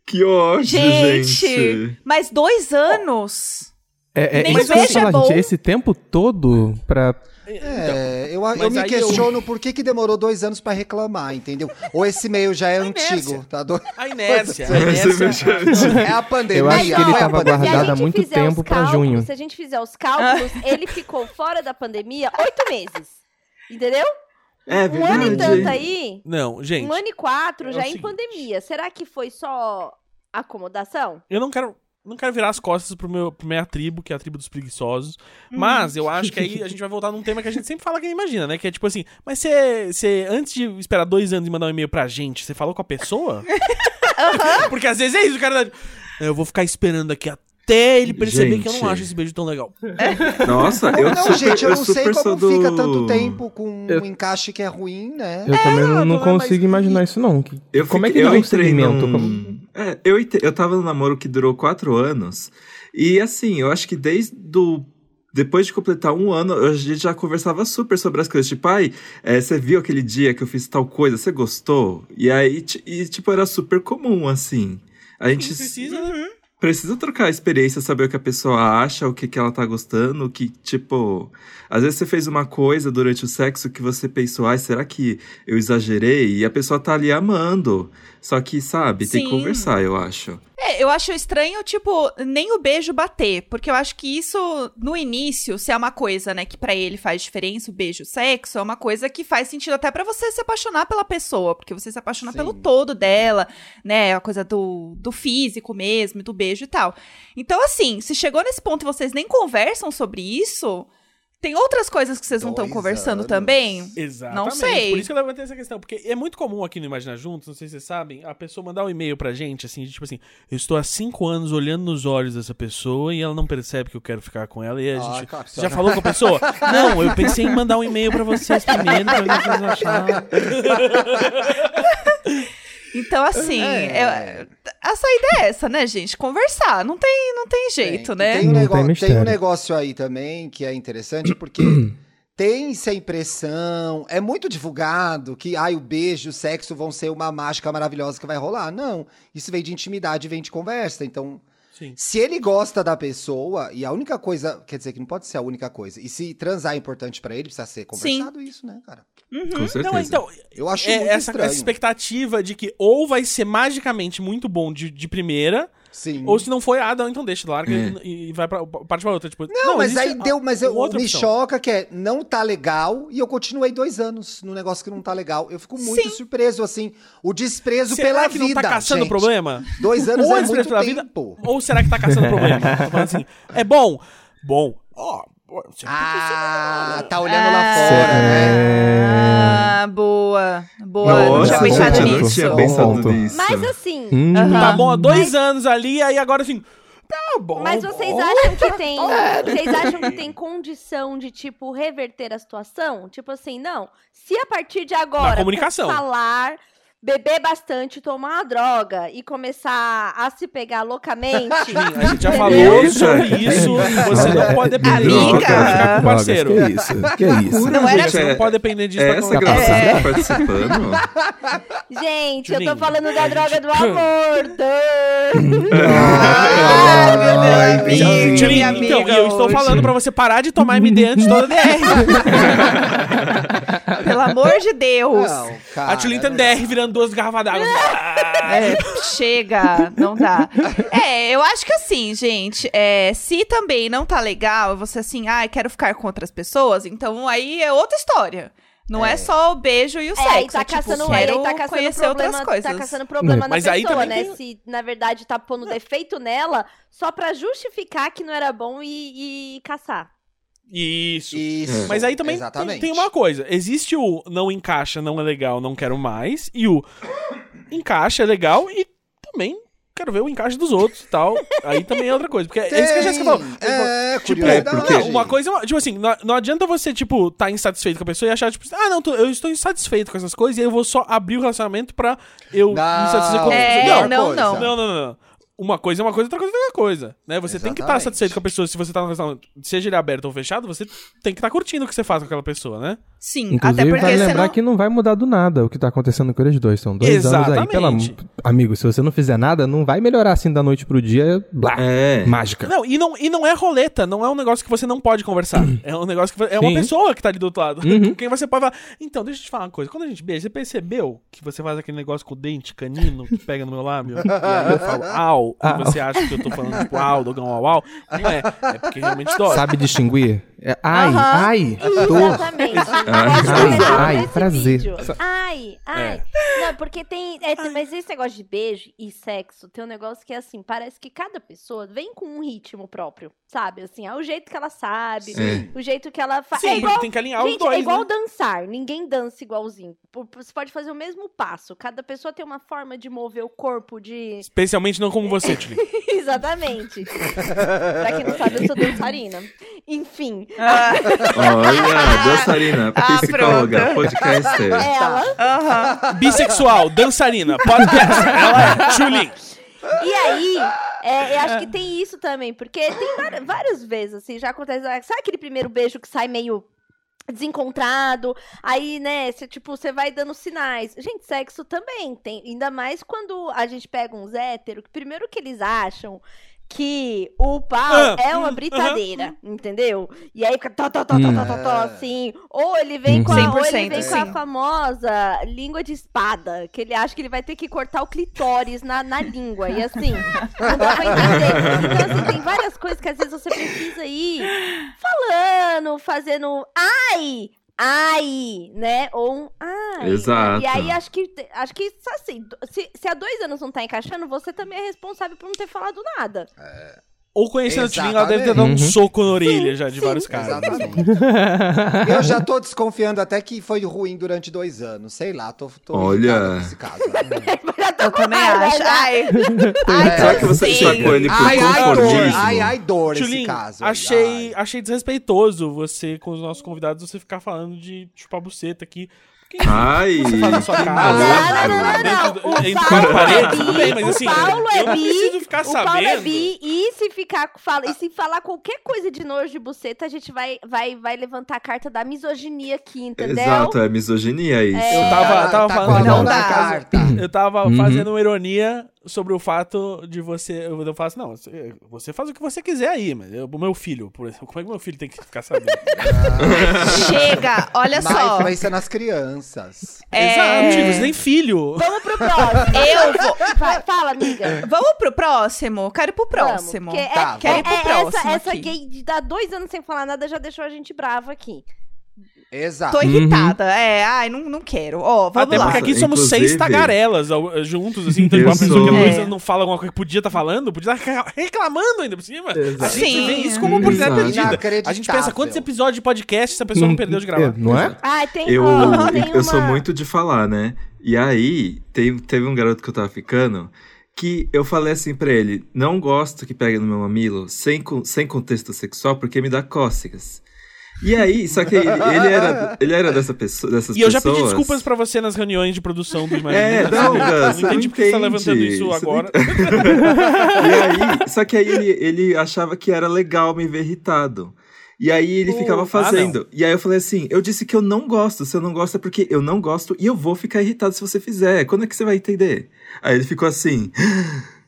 A: que ódio,
D: Gente.
A: gente.
D: Mas dois anos?
F: É, é
D: Nem
F: isso que eu ia
D: veja, é
F: falar,
D: bom.
F: gente. Esse tempo todo pra.
E: [laughs]
B: Então,
E: É, eu, eu
B: Mas
E: me
B: aí
E: questiono por que, que demorou dois anos pra reclamar, entendeu? Ou esse e-mail já é antigo,
B: [laughs]
E: tá do...
B: A inércia. A
A: Você
B: inércia.
A: mexeu-
E: É a pandemia.
F: Eu acho que ele
E: é a
F: tava
C: Se a
E: pandemia.
F: guardado há
C: gente
F: muito
C: fizer os
F: tempo pra
C: cálculos-
F: junho.
C: Se a gente fizer os cálculos, ele ficou fora da pandemia oito meses. Entendeu?
A: É
C: Um ano e tanto
A: verdade.
C: aí,
B: Não, gente,
C: um ano e quatro
B: é o
C: já em
B: seguinte.
C: pandemia. Será que foi só acomodação?
B: eu não quero. Não quero virar as costas pro meu, pro minha tribo, que é a tribo dos preguiçosos. Mas eu acho que [laughs] aí a gente vai voltar num tema que a gente sempre fala que imagina, né? Que é tipo assim, mas você, você antes de esperar dois anos e mandar um e-mail pra gente, você falou com a pessoa? [laughs] Porque às vezes é isso, o cara... Eu vou ficar esperando aqui até ele perceber que eu não
A: Gente.
B: acho esse beijo tão legal.
A: Nossa,
E: Como
A: eu
E: não,
A: super,
E: gente, eu não sei
A: super
E: como
A: sou do...
E: fica tanto tempo com
F: Eu-
E: um encaixe que é ruim, né?
F: Eu também não, não
B: tô lá, mas-
F: consigo imaginar isso, não. Que-
A: Eu
F: Como é que
A: fiquei-
F: dura
A: eu
F: um
A: entrei
F: segmento?
A: num-
F: Como-
A: É, eu, ente- eu tava num namoro que durou quatro anos. E assim, eu acho que desde do. Depois de completar um ano, a gente já conversava super sobre as coisas. Tipo, ai, é, você viu aquele dia que eu fiz tal coisa, você gostou? E aí, ti- e, tipo, era super comum, assim. A gente
B: Não precisa, né?
A: precisa trocar a experiência, saber o que a pessoa acha, o que, que ela tá gostando, o que, tipo. Às vezes você fez uma coisa durante o sexo que você pensou, ai, será que eu exagerei? E a pessoa tá ali amando. Só que, sabe, tem que
D: Sim.
A: conversar, eu acho.
D: É, eu acho estranho, tipo, nem o beijo bater. Porque eu acho que isso, no início, se é uma coisa, né, que pra ele faz diferença, o beijo, o sexo, é uma coisa que faz sentido até pra você se apaixonar pela pessoa. Porque você se apaixona
E: Sim.
D: pelo todo dela, né? A coisa do, do físico mesmo, do beijo e tal. Então, assim, se chegou nesse ponto e vocês nem conversam sobre isso, tem outras coisas que vocês não estão
E: Dois
D: conversando
E: anos.
D: também?
B: Exatamente.
D: Não sei.
B: Por isso que eu levantei essa questão. Porque é muito comum aqui no Imaginar Juntos, não sei se vocês sabem, a pessoa mandar um e-mail pra gente, assim, de tipo assim, eu estou há cinco anos olhando nos olhos dessa pessoa e ela não percebe que eu quero ficar com ela e a
E: Ah,
B: gente...
E: claro que
B: "Você
E: só-
B: já falou com a
E: [laughs]
B: pessoa? não, eu pensei em mandar um e-mail pra vocês primeiro, pra ver o que vocês acharam.
D: Então, assim,
E: É.
D: eu- a saída é essa, né, gente? Conversar. Não tem, não tem jeito,
E: Tem.
D: né?
E: E Tem um,
F: Não tem
E: negócio, tem
F: mistério.
E: um negócio aí também que é
F: [clears throat]
E: interessante, porque tem-se a impressão, é muito divulgado que ai, o beijo, o sexo vão ser uma mágica maravilhosa que vai rolar. Não, isso vem de intimidade, vem de conversa. Então,
B: Sim.
E: se ele gosta da pessoa, e a única coisa, quer dizer que não pode ser a única coisa, e se transar é importante pra ele, precisa ser conversado isso, né, cara?
A: Com certeza.
B: Não, então,
E: Eu acho
B: é
E: muito
B: essa,
E: estranho.
B: essa expectativa de que ou vai ser magicamente muito bom de, de primeira,
E: Sim.
B: ou se não foi, ah, não, então deixa, larga
A: É.
B: e, e vai pra, parte pra outra. Tipo,
E: Não, mas
B: existe
E: aí
B: a-
E: deu, mas eu,
B: outra
E: me
B: opção.
E: choca que é, não tá legal, e eu continuei dois anos no negócio que não tá legal. Eu fico muito
D: Sim.
E: surpreso, assim, o desprezo
B: Será
E: pela
B: que não
E: vida,
B: tá caçando
E: gente.
B: problema? [laughs]
E: Dois anos
B: Ou
E: é
B: eles
E: muito
B: pela vida-
E: tempo.
B: Ou será que tá caçando problema? Tô falando assim, é bom? Bom. Ó, tá ó, será que
E: Ah, tá olhando lá
B: É.
D: Ah,
E: fora, né?
D: Ah, boa. Boa.
A: Nossa,
D: não tinha pensado
A: gente, eu não
D: nisso.
A: tinha pensado
F: Ponto.
A: nisso.
C: Mas assim,
F: Hum,
D: Aham.
B: tá bom há dois anos ali, aí agora assim. Tá bom.
C: mas vocês
B: bom. É, né?
C: acham que
B: [laughs]
C: tem. Vocês acham que tem condição de, tipo, reverter a situação? Tipo assim, não. Se a partir de agora
B: Na comunicação.
C: falar, beber bastante, tomar uma droga e começar a se pegar loucamente.
B: Sim, [laughs] a gente já
C: entendeu?
B: falou
C: é.
B: sobre isso. né? Você não
F: Olha,
B: pode depender
D: amiga.
B: disso pra ficar com o
F: drogas,
B: parceiro.
F: Que isso? Que isso?
D: Não era-
B: Você não pode depender disso
A: É
B: pra
A: essa
B: colocar-
A: graça
D: É.
A: tá participando?
C: Gente, eu
B: Juninho,
C: tô falando da
B: a
C: droga
B: gente- [laughs]
C: do amor. dã.
D: Ah, meu
F: Ai,
D: Deus, amigo,
B: Tchulin,
D: minha
B: então,
D: amiga
B: e eu estou
D: hoje.
B: falando pra você parar de tomar MD antes de toda a DR.
D: [laughs] Pelo amor de Deus.
E: Não, cara,
B: A Tchulin tá
E: não-
B: DR virando duas garrafas d'água.
D: É, chega, não dá. É, eu acho que assim, gente, é, se também não tá legal, você assim, ah, quero ficar com outras pessoas, então aí é outra história. Não é, só o beijo e o
C: É, aí
D: sexo.
C: tá
D: é, tipo,
C: caçando, aí
D: quero
C: tá caçando
D: conhecer
C: problema,
D: outras coisas.
C: Tá caçando problema
B: Mas
C: na
B: aí
C: pessoa, né?
B: também tem-
C: Se, na verdade, tá pondo defeito nela só pra justificar que não era bom e, e caçar.
B: Isso.
E: Isso.
B: Mas aí também tem,
E: Exatamente.
B: tem uma coisa. Existe o não encaixa, não é legal, não quero mais. E o encaixa, é legal e também quero ver o encaixe dos outros e tal. Aí também é outra coisa. Porque é isso que a Jéssica falou.
E: É,
B: Tipo,
A: É,
E: curiosidade.
A: porque-
B: não, uma coisa é uma- Tipo assim, não, não adianta você, tipo, tá insatisfeito com a pessoa e achar, tipo, ah, não, tô- eu estou insatisfeito com essas coisas e aí eu vou só abrir o relacionamento pra eu me satisfazer com
E: Não,
B: outras
D: É,
B: pessoas. Não,
D: não, não.
B: não, não, não, não. Uma coisa é uma coisa, outra coisa é outra coisa. Né? Você tem que estar
E: Exatamente.
B: satisfeito com a pessoa se você tá no relacionamento. Seja ele aberto ou fechado, você tem que estar curtindo o que você faz com aquela pessoa, né?
D: Sim, até
F: Inclusive,
D: porque
F: vale
D: você
F: lembrar
D: não...
F: que não vai mudar do nada o que tá acontecendo com eles dois. São dois anos aí. Pela...
B: Exatamente.
F: Amigo, se você não fizer nada, não vai melhorar assim da noite pro dia. Blá,
A: É.
F: Mágica.
B: Não, e não, e não é roleta, não é um negócio que você não pode conversar. É um negócio que é uma
F: Uhum. Sim.
B: pessoa que tá ali do outro lado.
F: Uhum.
B: Com quem você pode falar. Então, deixa eu te falar uma coisa. Quando a gente beija, você percebeu que você faz aquele negócio com o dente canino que pega no meu
F: [laughs]
B: lábio? E aí eu falo, au, e
F: Au.
B: você acha que eu tô falando, tipo, au, dogão, au, au. Não é. É porque realmente dói.
F: Sabe distinguir? É, ai,
D: Aham.
F: ai, dor. [laughs]
C: Exatamente. Mas
F: Ai,
C: começou por
F: ai,
C: esse
F: prazer.
C: vídeo. Ai, ai. Não, porque tem. é, tem- Mas esse negócio de beijo e sexo tem um negócio que é assim: parece que cada pessoa vem com um ritmo próprio, sabe? Assim, é o jeito que ela sabe,
A: Sim.
C: o jeito que ela faz.
B: Sim,
C: É igual.
B: tem que alinhar os
C: Gente,
B: dois.
C: é igual
B: né?
C: dançar, ninguém dança igualzinho. Por- por- Você pode fazer o mesmo passo, cada pessoa tem uma forma de mover o
B: [laughs]
C: corpo, de.
B: Especialmente não como você, Tilly.
C: Exatamente. pra quem não sabe, eu sou dançarina. Enfim,
D: Ah,
A: Olha, dançarina,
D: Ah,
A: psicóloga,
D: pronto.
A: podcaster.
B: Tá.
C: ela.
D: aham.
B: Bissexual, dançarina, podcast. Ela é Tilly.
C: E aí, é, eu acho que tem isso também, porque tem vari- várias vezes, assim, já acontece. Sabe aquele primeiro beijo que sai meio desencontrado? Aí, né, você, tipo, você vai dando sinais. Gente, sexo também tem. Ainda mais quando a gente pega uns hétero, que primeiro que eles acham. Que o pau
B: Ah,
C: é uma
B: hum,
C: brincadeira, entendeu? E aí fica tó, tó, tó, tó, tó, tó, tó, assim. Ou ele vem, com a, ou ele
D: 100%,
C: vem com a
D: sim.
C: famosa língua de espada, que ele acha que ele vai ter que cortar o clitóris na, na língua. E assim, não dá pra entender. Então, assim, tem várias coisas que às vezes você precisa ir falando, fazendo ai, ai, né? Ou um ai.
A: Exato.
C: E aí acho que acho que assim, se, se há dois anos não tá encaixando, você também é responsável por não ter falado nada.
B: Ou conhecendo a Tilly, ela deve ter dado um
F: Exatamente.
B: soco na orelha já de vários caras.
E: Exatamente. Eu já tô desconfiando até que foi ruim durante dois anos. Sei lá, tô, tô
A: Olha.
E: irritada com
C: [laughs]
E: esse caso.
D: É. Eu também acho.
C: né?
D: Ah, Ai,
E: É.
D: ai
A: Será que você
D: sim.
A: destacou ele por
E: Ai, ai, dor.
A: conformismo?
E: Ai, ai, dor esse
B: Tchulin,
E: caso. é
B: achei,
E: Ai.
B: achei desrespeitoso você, com os nossos convidados, você ficar falando de chupar buceta aqui. Porque
A: Ai,
B: você faz na sua
A: que
B: casa.
C: Ah, Não, não, não,
A: maluco.
C: não,
B: dentro
C: não.
B: do-
C: O
B: entre
C: Paulo
B: parênteses,
C: é bi,
B: tudo bem, mas assim,
C: o Paulo
B: eu
C: é
B: não
C: bi,
B: preciso ficar
C: o Paulo é
B: sabendo.
C: bi, e se ficar fala, e se falar qualquer coisa de nojo de buceta, a gente vai vai vai levantar a carta da misoginia aqui, entendeu?
A: Exato, é misoginia isso.
B: Eu tava,
E: Tá-
B: tava
E: tá com a
B: falando.
D: mão
B: não,
D: na
B: tá.
E: carta.
B: Eu tava
F: Uhum.
B: fazendo uma ironia sobre o fato de você. Eu, eu falo assim, não, você- você faz o que você quiser aí, mas eu- o meu filho, por exemplo, como é que meu filho tem que ficar sabendo?
D: Chega, olha
E: Má
D: só.
E: influência nas crianças.
D: É,
B: Exato, tipo, você tem filho.
C: Vamos pro próximo.
D: Eu vou.
C: Vai, fala, amiga.
D: Vamos pro próximo? Quero ir pro
C: Vamos,
D: próximo.
C: porque é-
E: Tá,
C: é-
D: quero ir pro
C: é essa,
D: próximo
C: essa
D: aqui.
C: gay de dar dois anos sem falar nada já deixou a gente brava aqui.
E: Exato.
D: Tô irritada. É, ai, não, não quero. Ó, vamos
B: Uhum. Ah, Até
D: lá.
B: porque aqui
A: Nossa,
B: somos seis
A: inclusive-
B: tagarelas ao- juntos, assim, então tipo,
A: Eu
B: uma pessoa que há
A: sou-
B: dois
D: É.
B: anos não fala alguma coisa que podia estar falando, podia estar [laughs] reclamando ainda por cima. A gente
D: Sim.
B: vê isso como uma oportunidade
A: Exato.
B: perdida. A gente
E: Inacreditável.
B: pensa quantos episódios de podcast essa pessoa não perdeu um de gravar.
F: É, Não é?
C: Ah, tem
A: Eu, [laughs]
C: ó, tem
A: eu sou
C: uma-
A: muito de falar, né? E aí, teve, teve um garoto que eu tava ficando que eu falei assim pra ele: não gosto que pegue no meu mamilo sem, con- sem contexto sexual porque me dá cócegas. E aí, só que ele, ele era, ele era dessa pessoa, dessas
B: E eu já
A: pessoas.
B: pedi desculpas pra você nas reuniões de produção do Imagina.
A: É, não, Gus,
B: não entendi
A: não
B: porque você tá
A: entende.
B: levantando isso
A: Você não
B: agora.
A: E aí, só que aí ele, ele achava que era legal me ver irritado. E aí ele
B: Uh, ah,
A: ficava
B: não.
A: fazendo. e aí eu falei assim: eu disse que eu não gosto. Se eu não gosto é porque eu não gosto e eu vou ficar irritado se você fizer. Quando é que você vai entender? Aí ele ficou assim. [gasps]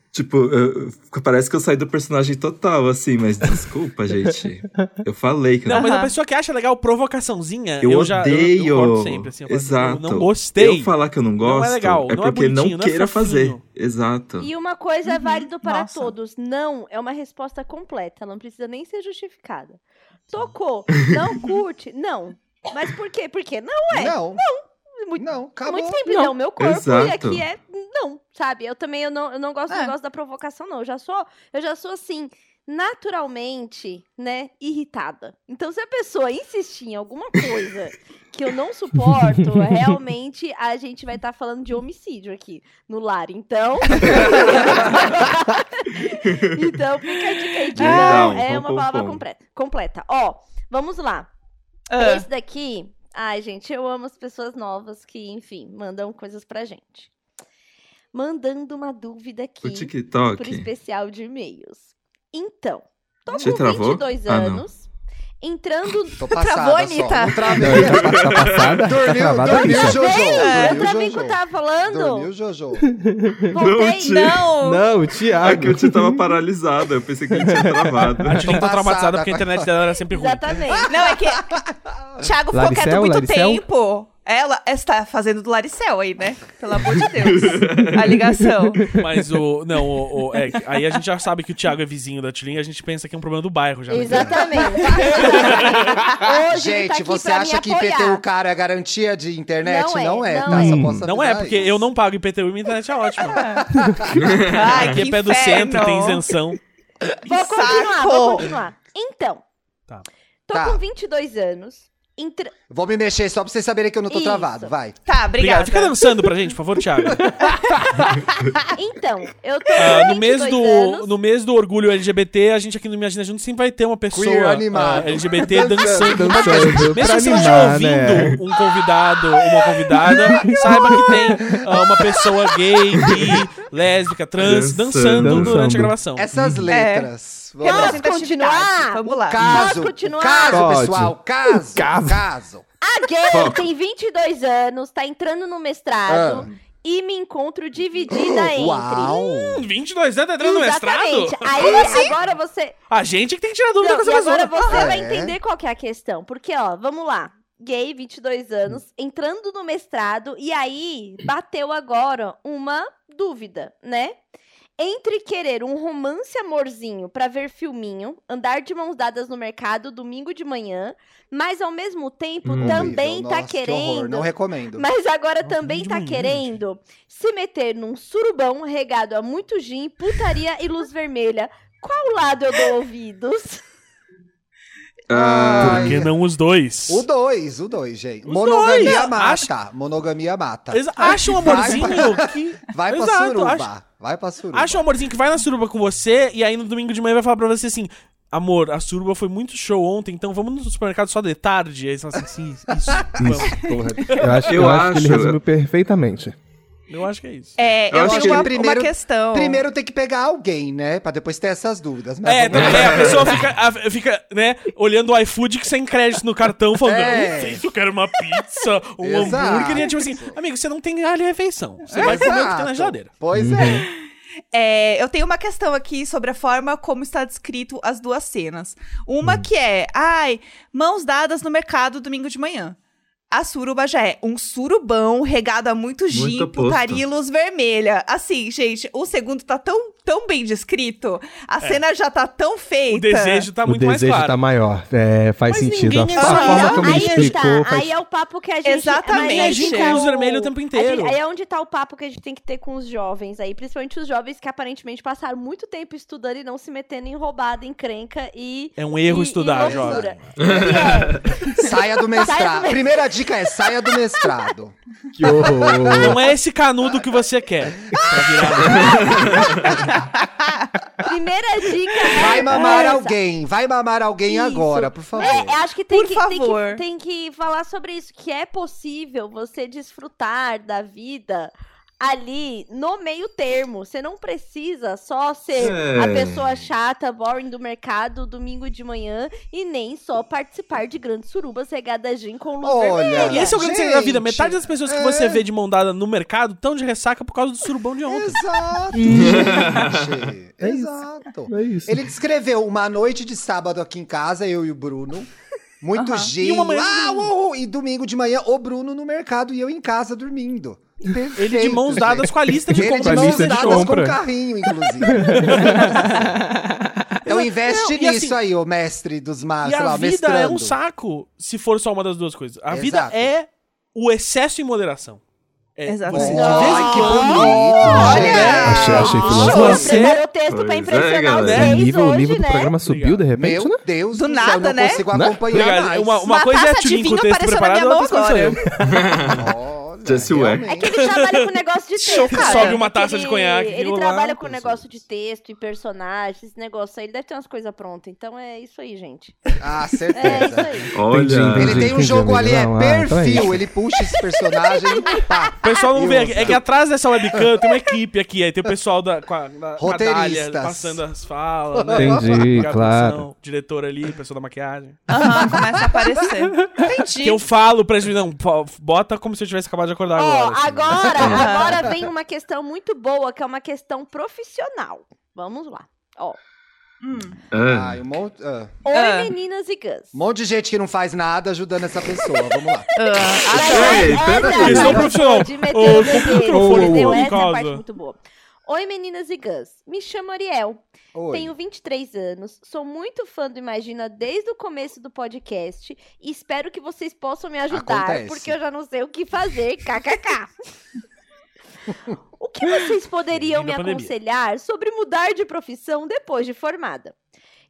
A: Tipo, eu- eu- parece que eu saí do personagem total, assim, mas
B: [laughs]
A: desculpa, gente. Eu falei que eu
B: Não, mas a
D: Aham.
B: pessoa que acha legal provocaçãozinha, eu,
A: Eu,
B: já
A: odeio.
B: Eu, eu corto sempre, assim, eu falo assim, eu
A: Exato.
B: não gostei.
A: Eu falar que eu não
B: Não é
A: gosto
B: legal, não é
A: porque não,
B: bonitinho, não é
A: queira fazer.
B: fofinho.
A: Exato.
C: E uma coisa é válido para
D: Nossa.
C: todos. Não é uma resposta completa. Não precisa nem ser justificada. Tocou. Não curte. Não. Mas por quê? Porque não. Ué,
E: Não,
C: Muito,
E: não, acabou.
C: muito simples. É o meu corpo e
A: Exato.
C: aqui é não, sabe? Eu também eu não, eu não gosto do
D: É.
C: negócio da provocação não. Eu já sou eu já sou assim. naturalmente, né, irritada. Então, se a pessoa insistir em alguma coisa que eu não
A: [laughs]
C: suporto, realmente a gente vai estar falando de homicídio aqui no
A: [laughs]
C: lar. Então. então, fica a dica aí de
A: Legal, então
C: não. É
A: pom,
C: uma
A: pom,
C: palavra
A: pom.
C: completa. completa. Ó, vamos lá.
D: Ah,
C: Esse daqui. Ai, gente, eu amo as pessoas novas que, enfim, mandam coisas pra gente. Mandando uma dúvida
A: O
C: aqui
A: TikTok.
C: por especial de e-mails. Então, tô
A: Você
C: com
A: travou?
C: 22
A: Ah, não.
C: anos, entrando...
E: Tô passada
D: Travou,
E: só.
D: Anitta?
E: Não travei.
F: Não, tá, tá passada? Tá
E: Dormiu,
F: travada a
E: dormiu, [laughs]
F: bicha.
E: Jojo.
C: Ei, eu
E: Dormiu,
C: também é que eu
E: Jojo.
C: tava
A: tá
C: falando,
E: Dormiu,
C: [laughs]
E: Jojo.
A: Não,
C: voltei,
A: tia.
D: não!
F: Não, o
A: Ah, que
F: Thiago.
A: o Tio tava paralisado. Eu pensei que ele tinha travado.
B: [laughs] A Tilin tá
E: passada,
B: traumatizada porque a internet dela era sempre ruim.
C: exatamente.
D: Não, é que. Thiago ficou
F: Laricel,
D: quieto muito
F: Laricel?
D: tempo. Ela está fazendo do Laricel aí, né? Pelo amor de Deus.
B: [laughs]
D: A ligação.
B: Mas o. Não, o, o- é, aí a gente já sabe que o Thiago é vizinho da Tilin e a gente pensa que é um problema do bairro já. né?
C: Exatamente. Hoje ele tá
E: Gente,
C: aqui
E: você
C: pra me
E: acha que
C: apoiar.
E: IPTU caro é garantia de internet?
C: Não é, não
E: tá?
C: é.
E: Só posso
B: Não é,
E: avisar
B: porque
E: isso.
B: eu não pago IPTU e minha internet é ótima.
D: [laughs] Ai,
B: Aqui
D: que
B: é pé do
D: inferno.
B: centro, tem isenção.
C: Vou
D: Que
C: continuar,
D: saco.
C: vou continuar. Então,
B: Tá.
C: tô
E: Tá.
C: com 22 anos, entra...
E: Vou me mexer só pra vocês saberem que eu não tô
C: Isso.
E: travado. Vai.
D: Tá, obrigada.
B: Obrigado. Fica dançando pra gente, por favor, Thiago.
D: [laughs]
C: então, eu tô
B: Ah,
C: com
B: no, mês
C: 22
B: do,
C: anos,
B: no mês do orgulho LGBT, a gente aqui no Imagina Junto sempre vai ter uma
E: Queer
B: pessoa
E: animado.
B: ah, LGBT dançando.
F: Dançando,
B: Mesmo
F: pra
B: que você esteja
F: animar,
B: ouvindo
F: né?
B: um convidado ou uma convidada, saiba que tem ah, uma pessoa gay, bi, lésbica, trans,
A: Dançando.
B: dançando, durante a
F: Dançando.
B: gravação.
D: É
E: Essas letras. Vamos lá.
C: É. Posso continuar?
D: Vamos lá.
E: Caso,
C: Posso continuar?
E: caso,
F: Pode.
E: pessoal, caso, caso,
C: a gay
A: Foco.
C: tem 22 anos, tá entrando no mestrado e me encontro dividida entre...
E: Uau!
B: Um 22 anos Tá entrando no
C: Exatamente.
B: mestrado?
C: Aí agora você.
B: A gente que tem que tirar dúvida
C: Não,
B: com
C: e
B: essa
C: agora
B: pessoa.
C: você
E: Ah,
C: vai
E: é?
C: entender qual que é a questão. Porque, ó, vamos lá. Gay, 22 anos, entrando no mestrado, e aí bateu agora uma dúvida, né? Entre querer um romance amorzinho pra ver filminho, andar de mãos dadas no mercado domingo de manhã, mas ao mesmo tempo
F: Hum.
C: também
E: Horrível,
C: tá
E: nossa, que
C: querendo.
E: horror, não recomendo.
C: Mas agora
B: Nossa,
C: também
B: muito
C: tá
B: bonito.
C: querendo se meter num surubão regado a muito gin, putaria e luz vermelha. Qual lado eu dou ouvidos?
A: Ah,
B: Por que não os dois?
E: O dois, o dois, gente.
B: Os
E: Monogamia
B: dois.
E: mata.
B: Acha-
E: Monogamia mata.
B: Exa- Acha um amorzinho que.
E: Vai pra
B: Exato,
E: suruba.
B: acha-
E: Vai pra suruba.
B: Acha um amorzinho que vai na suruba com você e aí no domingo de manhã vai falar pra você assim: Amor, a suruba foi muito show ontem, então vamos no supermercado só de tarde. E aí você fala assim: Sim, isso. vamos."
F: Eu acho,
A: Eu
F: eu acho que ele
A: acho-
F: resumiu perfeitamente.
B: Eu acho que é isso.
D: É,
A: Eu
D: eu,
A: acho
D: tenho
A: que
D: uma,
E: primeiro-
D: uma questão.
E: Primeiro tem que pegar alguém, né? Pra depois ter essas dúvidas. Mas
B: É,
E: vamos lá.
B: também, a pessoa fica, a- fica, né, olhando o iFood que sem crédito no cartão, falando,
E: É.
B: não sei se eu quero uma pizza, um
E: Exato.
B: hambúrguer, e é tipo assim, amigo, você não tem alho refeição, você vai comer o que tem na
E: Exato.
B: geladeira. Uhum.
E: Pois é.
D: É, eu tenho uma questão aqui sobre a forma como está descrito as duas cenas. Uma que é, ai, mãos dadas no mercado domingo de manhã. A suruba já é um surubão regado a muito gin,
A: oposto.
D: putaria e luz vermelha. Assim, gente, o segundo tá tão, tão bem descrito, a cena já tá tão feita.
B: O desejo tá
F: o
B: muito mais
F: desejo
B: claro.
F: tá maior. É,
B: Mas
F: faz sentido. A,
B: ninguém é
F: a
B: só-
F: forma como ele
C: aí
F: explicou
C: tá,
F: faz
C: aí é o papo que a gente...
D: Exatamente.
C: mas
B: É gin
C: aí tá
B: com luz vermelha o tempo
C: a gente-
B: inteiro.
C: aí é onde tá o papo que a gente tem que ter com os jovens aí, principalmente os jovens que aparentemente passaram muito tempo estudando e não se metendo em roubada, em crenca e...
B: É um erro
C: e-
B: estudar,
C: e
B: jovem.
C: loucura. E
E: Saia do
C: [laughs] Saia do
E: mestrado.
C: me-
E: Primeira dica é saia do mestrado.
F: que horror.
B: Não é esse canudo que você quer. pra
F: [laughs]
B: virar-
C: é, primeira dica é
E: Vai mamar
C: essa.
E: alguém. Vai mamar alguém
C: Isso.
E: agora, por favor.
C: É, eu acho que tem,
D: Por
C: que, tem,
D: favor.
C: que, tem que falar sobre isso, que é possível você desfrutar da vida ali no meio termo. Você não precisa só ser
A: É.
C: a pessoa chata, boring do mercado, domingo de manhã, e nem só participar de grandes surubas regadas gin com luz vermelha.
E: Olha.
B: E esse é o grande segredo da vida.
E: Gente,
B: Metade das pessoas que
E: é.
B: você vê de mão dada no mercado estão de ressaca por causa do surubão de ontem.
E: Exato,
B: [laughs]
E: gente.
F: É isso.
E: Exato.
F: É isso.
E: Ele descreveu uma noite de sábado aqui em casa, eu e o Bruno. Muito
D: Aham.
E: gin.
B: E uma manhã de
E: ah,
B: domingo.
E: uhu, e domingo de manhã, o Bruno no mercado e eu em casa dormindo. Perfeito,
B: Ele de mãos dadas
E: gente.
B: com a lista de
E: Ele de
B: compras.
F: a
E: mãos
F: lista de
E: dadas
F: compra.
E: com carrinho, inclusive.
B: [laughs]
E: então investe
B: Não, e
E: nisso
B: assim,
E: aí, ô mestre dos mares,
B: E
E: sei
B: a
E: lá,
B: vida
E: mestrando.
B: é um saco se for só uma das duas coisas. A vida
E: Exato.
B: é o excesso em moderação. É,
D: Exatamente.
B: você-
E: Ai, que bonito! né?
D: Olha!
E: gente.
F: Achei, achei filosófico.
C: Você
B: Você-
C: preparou o texto pra
A: Pois é,
C: impressionar os
A: galera.
F: O
C: gays
F: nível, um o
C: hoje,
F: nível do
C: né?
F: programa subiu de repente,
E: Meu
F: né?
E: Deus
D: Do
E: do, céu, eu
D: nada,
E: não
D: né?
E: consigo
F: Né?
E: acompanhar
B: Obrigado.
E: mais.
B: Uma, uma
D: Uma
B: coisa é
D: taça de
B: Tulin com
D: vinho
B: o texto
D: apareceu na
B: preparado,
D: minha
B: outra
D: mão
B: coisa sou eu.
E: Olha,
A: Just you
E: realmente.
C: É que ele trabalha com negócio de texto.
D: Chocada.
B: [laughs]
C: cara.
B: Sobe uma taça de assim.
C: Ele-
B: conhaque,
C: Ele
B: eu lá,
C: trabalha com
B: coisa.
C: negócio de texto e personagem, esse negócio aí. Ele deve ter umas coisas prontas. Então é isso aí, gente.
E: Ah,
C: É isso
E: certeza.
C: aí.
A: Olha.
E: Ele tem um
F: Entendi,
E: jogo
F: amigo.
E: ali, é
F: Não, ah, então é
E: perfil.
F: isso.
E: ele puxa esse personagem.
F: [laughs]
E: pá.
B: O pessoal não
E: Eu-
B: vê. É que atrás dessa webcam tem uma equipe aqui. Aí tem o pessoal da, com a, da com a Dália
E: Roteiristas.
B: passando as falas. Né?
F: Entendi,
B: Com a
F: claro.
B: produção, Diretor ali, pessoa da maquiagem.
D: Aham, começa a aparecer. Entendi.
B: Que eu falo pra eles, não, pô, bota como se eu tivesse acabado de acordar
C: Ó,
B: agora. assim.
C: agora,
D: Uhum.
C: agora vem uma questão muito boa, que é uma questão profissional. Vamos lá. Ó,
D: Hum.
B: É.
A: Ah.
E: Ai, um, monte, ah,
C: oi
D: Ah.
C: meninas e gans.
E: um monte de gente que não faz nada ajudando essa pessoa.
C: [laughs]
E: Vamos lá.
D: Ah,
C: Mas
A: Ei,
C: essa
A: pera
C: é
A: aí.
C: a
A: Questão
C: parte
B: profissional.
C: de meter
B: Ô, com
C: o
B: o
C: dedo,
B: microfone
C: entendeu?
B: em
C: Essa é a parte
B: casa.
C: muito boa. Oi meninas e gans, me chamo Ariel,
E: Oi.
C: tenho 23 anos, sou muito fã do Imagina desde o começo do podcast e espero que vocês possam me ajudar,
E: Acontece.
C: porque eu já não sei o que fazer, [laughs] kkk. o que vocês poderiam me
B: Bem-vindo à pandemia.
C: aconselhar sobre mudar de profissão depois de formada?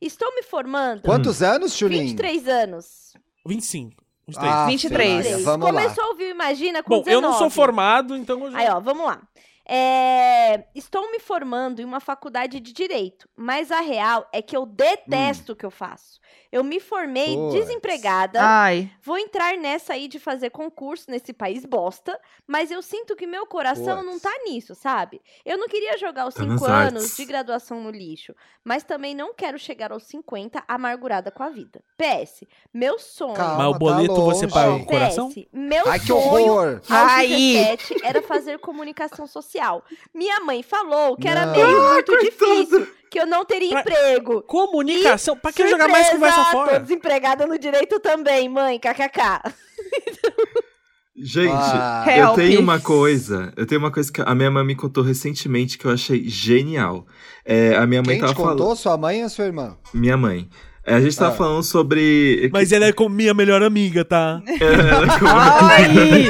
C: Estou me formando
F: Hum.
E: Quantos anos, Chulinho?
C: 23 anos.
B: 25. 23.
E: Ah,
D: 23.
E: Filha,
C: Três.
E: vamos lá.
C: Começou a ouvir o Imagina com
B: Bom, eu não sou
C: 19.
B: formado, então eu já...
C: Aí, ó, vamos lá. É, Estou me formando em uma faculdade de direito, mas a real é que eu detesto o que eu faço. Eu me formei
E: Puts.
C: desempregada,
D: Ai.
C: vou entrar nessa aí de fazer concurso nesse país bosta, mas eu sinto que meu coração não
E: Puts.
C: tá nisso, sabe? Eu não queria jogar os
A: Tá
C: 5
A: nas
C: anos
A: artes.
C: de graduação no lixo, mas também não quero chegar aos 50 amargurada com a vida. PS, meu sonho.
E: Calma,
B: Mas o boleto
E: tá
B: você
E: longe.
B: pagou com o
C: PS,
B: coração?
C: meu
E: Ai, que
C: sonho
E: horror!
C: aos
D: Aí.
C: 17 era fazer comunicação social. Minha mãe falou que era
E: Não.
C: meio muito difícil, que eu não teria
B: Ah, Pra-
C: emprego.
B: Comunicação? pra que
C: Surpresa,
B: jogar mais conversa
C: Tô
B: fora?
C: desempregada no direito também, mãe, kkk.
A: Gente,
E: Ah,
A: eu
D: Help.
A: tenho uma coisa. Eu tenho uma coisa que a minha mãe me contou recentemente que eu achei genial. É, a minha mãe
E: Quem te
A: tava
E: contou?
A: falando.
E: Sua mãe ou sua irmã?
A: Minha mãe. É, A gente tava
E: Ah.
A: falando sobre. [laughs] É,
B: Mas ela é com minha melhor amiga, tá?
A: Ela com-
D: Ai!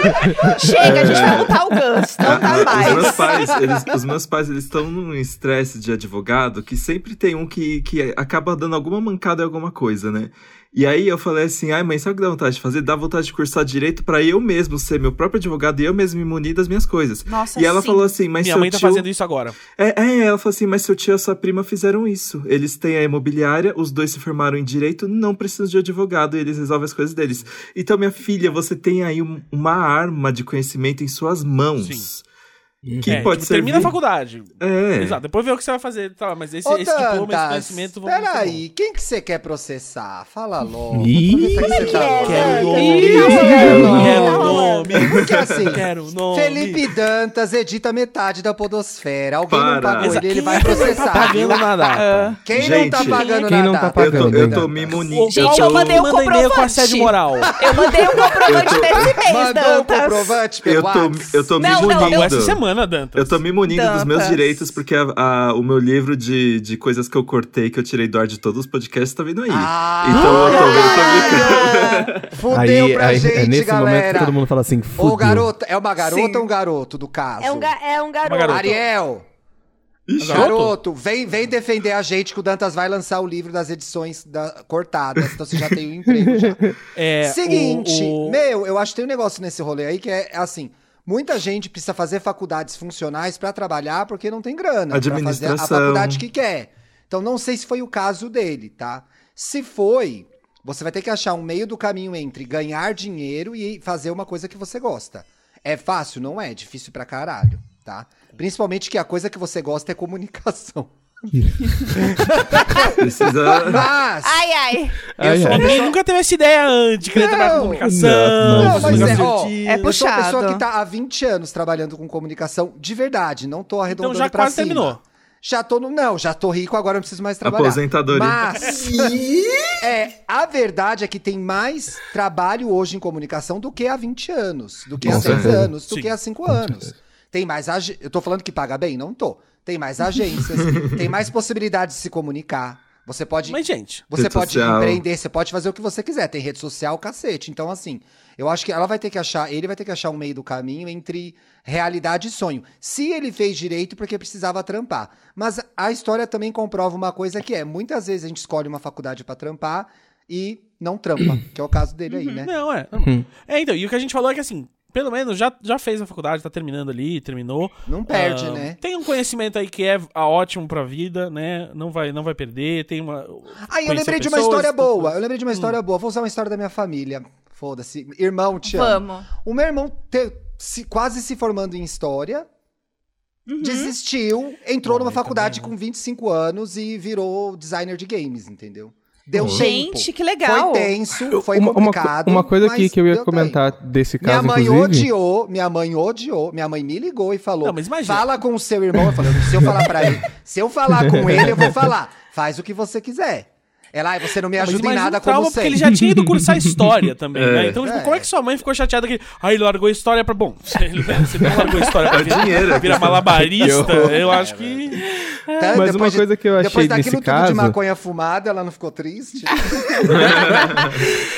D: Chega, a gente
B: É.
D: vai botar o Gus, não
A: Ah,
B: [laughs]
D: dá
A: Os meus
D: mais.
A: pais, eles, os meus pais, eles estão num estresse de advogado que sempre tem um que, que acaba dando alguma mancada em alguma coisa, né? E aí eu falei assim, ai mãe, sabe o que dá vontade de fazer? Dá vontade de cursar direito pra eu mesmo ser meu próprio advogado e eu mesmo me munir das minhas coisas.
D: Nossa,
A: e ela
D: sim.
A: falou assim, mas
B: minha
A: seu
B: mãe tá
A: tio...
B: fazendo isso agora.
A: É, é, ela falou assim, mas seu tio e a sua prima fizeram isso. Eles têm a imobiliária, os dois se formaram em direito, não precisam de advogado, e eles resolvem as coisas deles. Então, minha filha, você tem aí um- uma arma de conhecimento em suas mãos. Que
B: É,
A: pode
B: tipo,
A: ser.
B: termina a faculdade.
A: É.
B: Exato, depois vê o que você vai fazer. Tá, mas esse,
E: Ô,
B: esse diploma, esse
E: Dantas,
B: conhecimento... vão-
E: Peraí, quem que você quer processar? Fala logo.
F: Ih,
E: Aproveita que você
C: Que
E: tá
C: é,
E: longe.
B: Quero
C: Dantas?
B: nome.
E: Não.
B: Quero
C: Não.
B: nome.
E: Porque assim,
B: Quero nome.
E: Felipe Dantas edita metade da podosfera. Alguém não
A: Para.
E: pagou ele, ele
B: Quem
E: vai
B: Tá
E: processar.
B: pagando na data.
E: Quem não tá
A: Gente,
E: pagando
F: quem
E: nada?
F: não tá
A: Eu tô,
F: pagando,
A: eu
F: né?
A: tô me munindo.
B: Ô,
D: Gente,
A: tô-
D: eu mandei um
B: Manda e-mail com
D: comprovante.
B: assédio moral.
D: Eu mandei um comprovante
A: Eu tô-
D: desse mês,
E: Mandou o
D: Dantas.
E: comprovante pelo
A: Eu tô,
E: Whats?
A: eu tô me
D: Não, não,
A: munindo.
B: Pagou essa é semana, Dantas.
A: Eu tô me munindo dos meus
D: Dantas.
A: direitos, porque a- a- o meu livro de, de coisas que eu cortei, que eu tirei do ar de todos os podcasts, tá vindo aí.
E: Ah,
A: então eu tô, eu tô me
D: Ah.
E: caralho! Fudeu
F: Aí,
E: pra
F: aí
E: gente,
F: é nesse momento
E: galera.
F: que todo mundo fala assim, fudeu.
E: Ou garota, é uma garota
D: Sim.
E: ou um garoto do caso?
C: É um, ga- é um garoto.
B: garota.
E: Ariel,
B: Garoto?
E: garoto, vem, vem defender a gente que o Dantas vai lançar o livro das edições da- cortadas. Então você já tem o emprego já.
B: É,
E: Seguinte,
B: o- o-
E: meu, eu acho que tem um negócio nesse rolê aí que é assim. Muita gente precisa fazer faculdades funcionais pra trabalhar porque não tem grana pra fazer a
A: Administração.
E: faculdade que quer. Então não sei se foi o caso dele, tá? Se foi, você vai ter que achar um meio do caminho entre ganhar dinheiro e fazer uma coisa que você gosta. É fácil? Não é, difícil pra caralho, tá? Principalmente que a coisa que você gosta
B: [laughs]
E: é comunicação.
A: Precisa.
E: Mas
D: Ai, ai.
F: Ai,
E: sou
F: ai.
B: Ninguém nunca teve essa ideia antes, queria trabalhar com
E: Não.
B: comunicação.
F: Não, não,
B: com
F: mas
B: negócio
F: é,
E: ó,
B: divertido.
D: é
E: Eu sou uma
D: Puxado.
E: pessoa que tá há 20 anos trabalhando com comunicação de verdade, não tô
B: Então
E: arredondando
B: já
E: pra
B: quase
E: cima.
B: terminou.
E: Já tô no. Não, já tô rico, agora não preciso mais trabalhar.
A: Aposentadoria.
E: Mas. é, a verdade é que tem mais trabalho hoje em comunicação do que há 20 anos, do que há
F: Com
E: 6
F: certeza.
E: anos, do
B: Sim.
E: que há 5
F: Com
E: anos.
F: certeza.
E: Tem
B: [laughs]
E: mais. ag- Eu tô falando que paga bem? Não tô. Tem mais agências, tem mais possibilidade de se comunicar. Você pode
B: Mas, gente,
E: você
A: Rede
E: pode
A: social.
E: empreender, você pode fazer o que você quiser. Tem rede social, cacete. Então, assim, eu acho que ela vai ter que achar, ele vai ter que achar um meio do caminho entre realidade e sonho. Se ele fez direito, porque precisava trampar. Mas a história também comprova uma coisa que é: muitas vezes a gente escolhe uma faculdade pra trampar e
A: [clears throat]
E: não trampa, que é o caso dele aí, né?
B: não é.
F: Hum.
B: É, então, e o que a gente falou é que assim, pelo menos já, já fez a faculdade, tá terminando ali, terminou.
E: Não perde,
B: Ah,
E: né?
B: Tem um conhecimento aí que é ah, ótimo pra vida, né? Não vai, não vai perder. Tem uma.
E: Aí eu
B: conhecer
E: lembrei de uma
B: pessoas, Hum.
E: história
B: tudo.
E: boa. Eu lembrei de uma história boa. Vou usar uma história da minha família. Foda-se. Irmão, te amo.
D: Vamos.
E: O meu irmão te- se- quase se formando em história,
B: Uhum.
E: desistiu, entrou
B: Ai,
E: numa
B: tá
E: faculdade
B: bom.
F: né?
E: com 25 anos e virou designer de games, entendeu? Deu
A: Olha.
E: tempo.
D: Gente, que legal.
E: Foi tenso, foi
F: Uhum. uma, uma co-
E: complicado.
F: uma coisa
E: mas
F: que, que eu ia
E: deu
F: comentar desse
E: tempo. Minha
F: caso,
E: mãe
F: inclusive.
E: odiou, minha mãe odiou, minha mãe me ligou e falou:
B: Não, mas imagina.
E: fala com o seu irmão. Eu falei, se eu falar pra ele, se eu falar
F: [laughs]
E: com ele, eu vou falar. Faz o que você quiser. Ela, "Ai, você não me
B: Mas
E: ajuda em
B: imagina
E: nada
B: o trauma,
E: como
B: porque ele
E: sempre.
B: já tinha ido cursar história também,
F: [laughs]
A: É.
B: né? Então, tipo,
E: É.
B: como é que sua mãe ficou chateada que ele. Ah, ele largou a história pra. Bom, [laughs] se ele se ele largou a história pra
A: É
B: virar,
A: dinheiro, é
B: virar
A: questão-
B: malabarista, eu acho que.
E: Tá,
F: Mas uma
E: de-
F: coisa que eu achei
E: Depois daquilo
F: nesse
E: tudo de
F: caso-
E: maconha fumada, ela não ficou triste?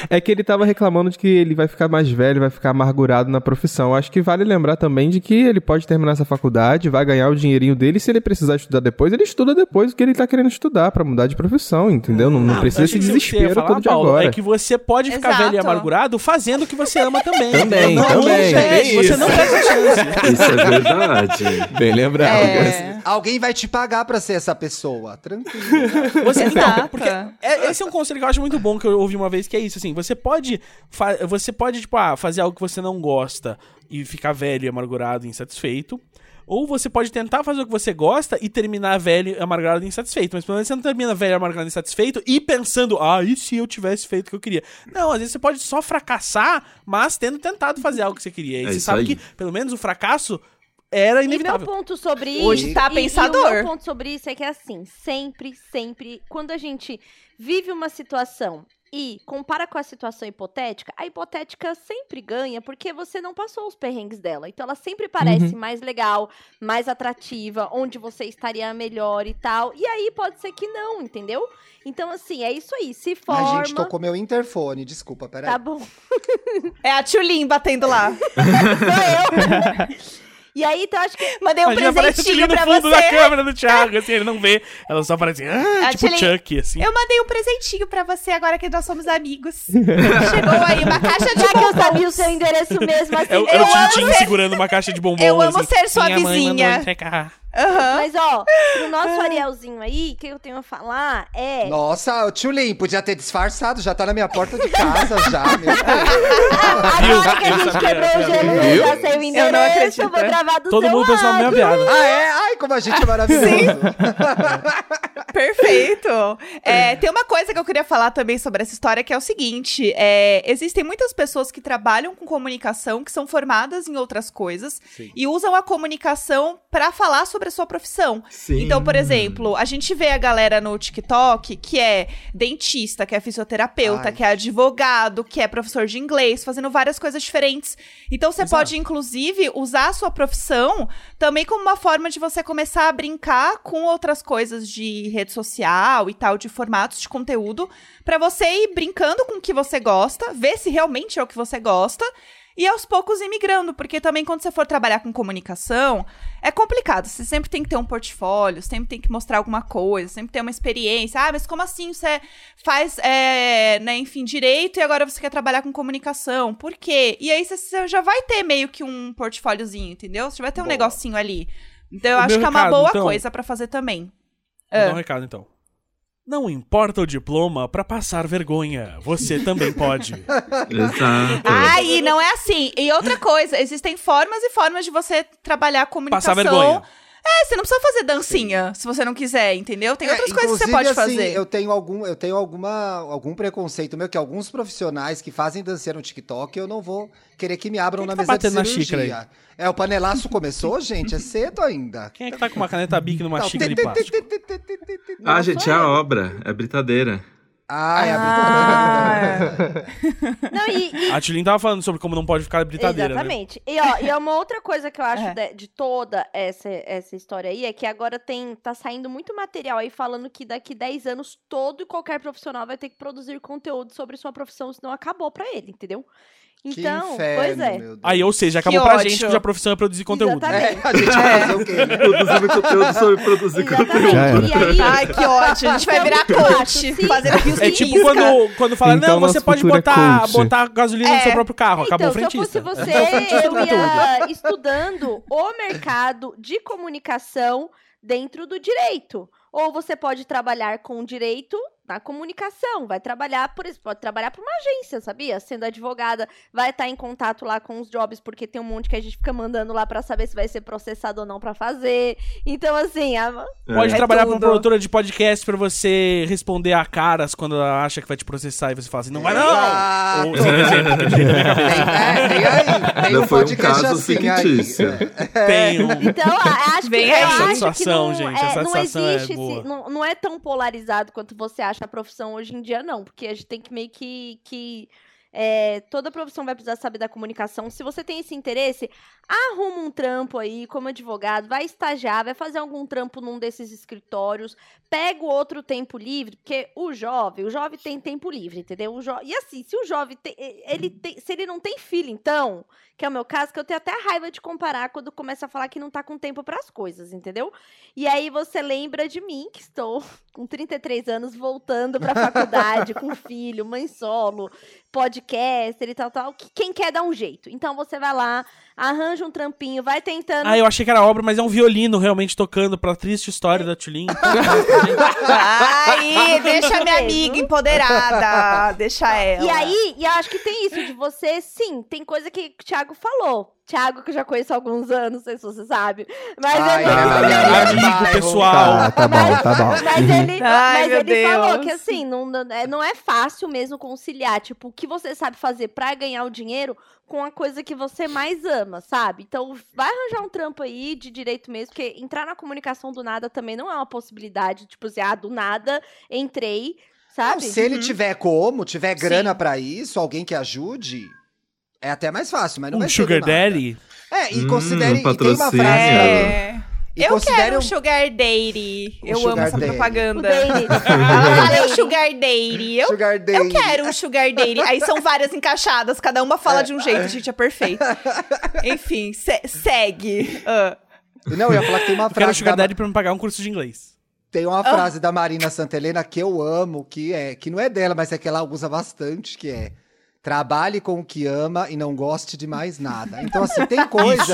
F: É que ele tava reclamando de que ele vai ficar mais velho, vai ficar amargurado na profissão. Acho que vale lembrar também de que ele pode terminar essa faculdade, vai ganhar o dinheirinho dele, e se ele precisar estudar depois, ele estuda depois o que ele tá querendo estudar pra mudar de profissão, entendeu? Não, não precisa
B: Achei que
F: esse
B: você ia
F: desespero
B: falar,
F: todo de
B: Paulo,
F: agora.
B: É que você pode ficar
D: Exato.
B: velho e amargurado fazendo o que você ama também.
F: Também,
B: não,
F: também.
B: Não perde,
F: Tem
B: você
F: isso.
B: não perde a chance.
A: Isso é verdade.
F: Bem lembrado.
D: É.
E: Alguém vai te pagar pra ser essa pessoa. Tranquilo.
B: Você, então,
D: Exato.
B: porque é- esse é um conselho que eu acho muito bom que eu ouvi uma vez que é isso assim, você pode fa- você pode tipo ah, fazer algo que você não gosta e ficar velho e amargurado e insatisfeito, ou você pode tentar fazer o que você gosta e terminar velho e amargurado e insatisfeito, mas pelo menos você não termina velho amargurado e insatisfeito e pensando, ah, e se eu tivesse feito o que eu queria? Não, às vezes você pode só fracassar, mas tendo tentado fazer algo que você queria. E
A: É
B: você
A: isso
B: sabe
A: aí.
B: que pelo menos o fracasso
D: É
B: era
C: E meu
B: inevitável.
C: ponto sobre isso.
D: Hoje tá
C: e-
D: pensador.
C: E o meu ponto sobre isso é que é assim, sempre, sempre, quando a gente vive uma situação e compara com a situação hipotética, a hipotética sempre ganha porque você não passou os perrengues dela. Então ela sempre parece
D: Uhum.
C: mais legal, mais atrativa, onde você estaria melhor e tal. E aí pode ser que não, entendeu? Então assim, é isso aí. Se forma,
E: A gente tocou meu interfone, desculpa, peraí.
C: tá bom.
D: É a Tchulin batendo lá.
C: E aí então acho que
D: [laughs] Mandei um
B: Imagina, aparece o filho
D: presentinho
B: no
D: pra
B: fundo da
D: você.
B: câmera do Thiago, assim, ele não vê. Ela só aparece, ah,
D: A
B: tipo
D: Tilly-
B: Chuck, assim.
D: Eu mandei um presentinho pra você agora que nós somos amigos. Chegou aí uma caixa
B: [laughs]
D: de
C: já que eu sabia o
D: bombons.
C: seu endereço mesmo, assim,
B: É o, é
D: [laughs] Eu
B: o
D: amo
B: Tintin
D: ser-
B: segurando uma caixa de bombom.
D: Eu amo
B: assim.
D: ser sua
B: Minha mãe mandou
D: vizinha.
B: entregar.
D: Aham.
C: Mas, ó, pro nosso Arielzinho aí, o que eu tenho a falar é.
E: Nossa, o Tchulin, podia ter disfarçado, já tá na minha porta de casa já. Meu
C: [laughs] Agora que a gente quebrou o gelo, eu já sei o
D: Eu não
C: endereço,
D: acredito.
C: eu vou gravar do
B: Todo
C: seu
B: mundo pensou na minha
C: lado.
B: piada.
E: ah, é? Ai, como a gente é maravilhoso.
D: Perfeito. É, tem uma coisa que eu queria falar também sobre essa história que é o seguinte: é, existem muitas pessoas que trabalham com comunicação que são formadas em outras coisas e usam a comunicação pra falar sobre a sua profissão.
A: Sim.
D: Então, por exemplo, a gente vê a galera no TikTok que é dentista, que é fisioterapeuta,
E: Ai.
D: que é advogado, que é professor de inglês, fazendo várias coisas diferentes. Então, você pode, inclusive, usar a sua profissão também como uma forma de você começar a brincar com outras coisas de rede social e tal, de formatos de conteúdo, pra você ir brincando com o que você gosta, ver se realmente é o que você gosta. E aos poucos ir migrando, porque também quando você for trabalhar com comunicação, é complicado. Você sempre tem que ter um portfólio, sempre tem que mostrar alguma coisa, sempre ter uma experiência. Ah, mas como assim você faz, é, né, enfim, direito e agora você quer trabalhar com comunicação? Por quê? E aí você, você já vai ter meio que um portfóliozinho, entendeu? Você já vai ter um negocinho ali. Então eu
B: O
D: acho
B: meu
D: que é uma
B: recado,
D: boa
B: então.
D: coisa pra fazer também.
B: Vou
D: Ah.
B: dar um recado, então. Não importa o diploma pra passar vergonha. Você também
D: [laughs]
B: pode.
A: Exato.
D: Ai, não é assim. E outra coisa, existem formas e formas de você trabalhar a comunicação.
B: Passar vergonha.
D: É, você não precisa fazer dancinha, se você não quiser, entendeu? Tem outras
E: É,
D: coisas que você
E: inclusive,
D: pode
E: assim,
D: fazer.
E: Eu tenho algum, eu tenho alguma, algum preconceito meu que alguns profissionais que fazem dançar no TikTok, eu não vou querer que me abram
B: Quem
E: na
B: que tá
E: mesa de
B: batendo na
E: cirurgia.
B: xícara
E: É, o panelaço começou, gente? É cedo ainda.
B: Quem é que tá com [laughs] uma caneta bic numa
E: Então, [laughs]
B: xícara de
E: tê, tê,
B: plástico?
A: é
E: tê, tê, tê, tê, tê, tê, tê.
A: Ah, gente, é a obra. É a britadeira.
E: Ah, é a
D: Ah,
C: Não, e, e-
B: A Tilin tava falando sobre como não pode ficar britadeira, né?
C: Exatamente. E, ó, e é uma outra coisa que eu acho
D: É.
C: de, de toda essa, essa história aí é que agora tem tá saindo muito material aí falando que daqui 10 anos todo e qualquer profissional vai ter que produzir conteúdo sobre sua profissão, senão acabou pra ele, entendeu?
E: que
C: Então,
E: inferno,
C: pois é.
E: meu Deus.
B: Aí, ou seja,
D: Que
B: acabou pra
D: ódio.
B: gente que a profissão é produzir conteúdo.
C: Exatamente.
E: É, a gente
D: [laughs]
E: vai fazer o quê? né?
A: Produzir conteúdo sobre
E: É.
A: produzir
B: é
A: conteúdo.
F: Já era.
C: Exatamente. E aí,
D: Ai, que ódio. A gente vai
C: Então,
D: virar
C: eu acho,
D: coach.
C: sim.
D: Fazer aqui os
B: É tipo quando, quando falaram,
F: Então,
B: não, você
F: nosso
B: pode
F: futuro é
B: botar,
F: coach.
B: botar gasolina no
D: É.
B: seu próprio carro. Acabou
C: então,
B: o
C: se eu fosse
B: frentista.
C: você,
B: É o frentista do
C: eu
B: conteúdo.
C: ia estudando o mercado de comunicação dentro do direito. Ou você pode trabalhar com direito na comunicação, vai trabalhar por isso, pode trabalhar para uma agência, sabia? Sendo advogada, vai estar em contato lá com os jobs, porque tem um monte que a gente fica mandando lá para saber se vai ser processado ou não para fazer. Então, assim, a-
B: [laughs] Pode
D: É
B: trabalhar pra uma
D: tudo.
B: produtora de podcast pra você responder a caras quando ela acha que vai te processar e você fala assim, não vai não!
E: Ah,
B: Ou, por
D: [laughs]
B: exemplo,
E: tem, é, tem aí. Tem
A: Não,
E: um
A: foi um
E: podcast
A: caso
E: assim
A: fictício.
E: aí. É.
B: tem um...
C: Então, a- acho
D: Vem
C: que
D: aí.
C: eu acho
B: Satisfação,
C: que não,
B: gente, a
C: é, não
B: satisfação é
C: existe, esse-
B: boa.
C: não, não é tão polarizado quanto você acha a profissão hoje em dia, não. Porque a gente tem que meio que. que é, toda profissão vai precisar saber da comunicação. Se você tem esse interesse, arruma um trampo aí como advogado, vai estagiar, vai fazer algum trampo num desses escritórios, pega o outro tempo livre, porque o jovem, o jovem tem tempo livre, entendeu? O jo- E assim, se o jovem tem, ele tem- se ele não tem filho, então, que é o meu caso, que eu tenho até raiva de comparar quando começa a falar que não tá com tempo pras coisas, entendeu? E aí você lembra de mim, que estou [laughs] com 33 anos, voltando pra faculdade,
E: [laughs]
C: com filho, mãe solo, podcaster e tal, tal, que quem quer dá um jeito. Então você vai lá, arranja um trampinho, vai tentando.
B: Ah, eu achei que era obra, mas é um violino realmente tocando pra triste história da Tulin.
D: Aí, deixa minha amiga empoderada. Deixa ela.
C: E aí, e eu acho que tem isso de você, sim, tem coisa que o Thiago falou. Thiago, que eu já conheço há alguns anos, não sei se você sabe. Mas
E: Ai,
C: eu
D: Ah,
E: não, não,
D: é
E: não, não, não, não.
B: Amigo pessoal.
F: Tá, tá bom, tá bom.
C: Mas
B: é
C: ele,
D: Ai,
C: mas
D: meu
C: ele falou
D: Deus.
C: que assim, não, não é- não é fácil mesmo conciliar, tipo, o que você sabe fazer pra ganhar o dinheiro com a coisa que você mais ama, sabe? Então, vai arranjar um trampo aí de direito mesmo, porque entrar na comunicação do nada também não é uma possibilidade, tipo assim, ah, do nada entrei,
E: Não,
C: sabe?
E: se
D: Uhum.
E: ele tiver como, tiver grana pra isso, alguém que ajude, é até mais fácil, mas não
B: Um
E: vai ser
B: sugar
E: do nada.
B: daddy.
E: É, e
A: Hum,
E: considerem. e tem uma
A: patrocínio.
E: frase.
D: É.
E: E
D: eu
E: considerem
D: quero um
E: um-
D: Sugar Daddy.
E: Um
D: eu amo
E: sugar
D: essa
E: daddy.
C: O
D: propaganda.
C: Tipo, dele.
D: Ela fala, é um Sugar Daddy. Eu,
E: Sugar
D: eu
E: daddy.
D: quero um Sugar Daddy. Aí são várias encaixadas, cada uma fala de um jeito, gente, é perfeito. Enfim, se- segue. Ah.
E: Não, eu ia falar que tem uma
B: Eu quero um
E: frase.
B: sugar
E: Da,
B: daddy pra me pagar um curso de inglês.
E: tem
D: Ah.
E: uma frase da Marina Santelena que eu amo, que é. Que não é dela, mas é que ela usa bastante, que é. Trabalhe com o que ama e não goste de mais nada. Então, assim, tem coisas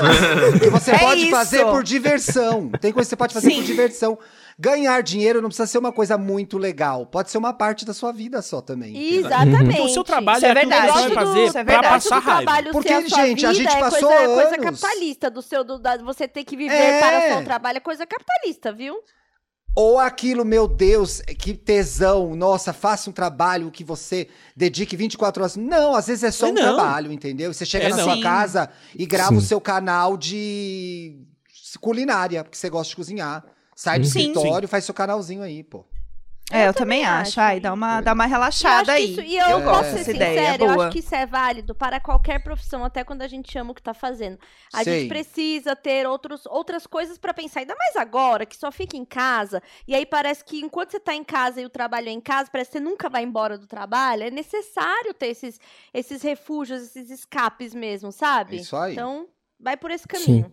E: que você
D: É
E: pode
D: isso.
E: fazer por diversão. Tem coisas que você pode fazer
D: Sim.
E: por diversão. Ganhar dinheiro não precisa ser uma coisa muito legal. Pode ser uma que parte da sua vida só também.
C: Exatamente.
B: Então, o seu trabalho
D: Isso
B: é,
D: é
B: aquilo que
D: verdade.
B: você vai fazer
D: Isso é
B: pra
D: verdade.
B: passar raiva.
E: Porque,
C: Porque, a sua
E: gente, a
C: vida
E: gente
C: é
E: passou
C: coisa, é coisa
E: anos.
C: capitalista do seu. Do, da- você ter que viver
E: É.
C: para o seu trabalho é coisa capitalista, viu?
E: Ou aquilo, meu Deus, que tesão, nossa, faça um trabalho que você dedique 24 horas. Não, às vezes é só
B: É
E: um
B: não.
E: trabalho, entendeu? Você chega
B: É
E: na
B: não.
E: sua
D: Sim.
E: casa e grava o
F: Sim.
E: seu canal de culinária, porque você gosta de cozinhar. Sai
F: Uhum.
E: do
D: Sim.
E: escritório, faz seu canalzinho aí, pô.
D: É, eu, também acho. Ai, dá uma, dá uma relaxada
C: eu acho
D: aí.
C: que isso- e eu
E: Eu
C: posso ser
E: gosto dessa
C: sincera,
D: ideia, é
C: eu
D: boa.
C: acho que isso é válido para qualquer profissão, até quando a gente ama o que tá fazendo. A
E: Sei.
C: gente precisa ter outros, outras coisas pra pensar, ainda mais agora, que só fica em casa. E aí parece que enquanto você tá em casa e o trabalho é em casa, parece que você nunca vai embora do trabalho. É necessário ter esses, esses refúgios, esses escapes mesmo, sabe?
E: Isso aí.
C: Então, vai por esse
F: Sim.
C: caminho.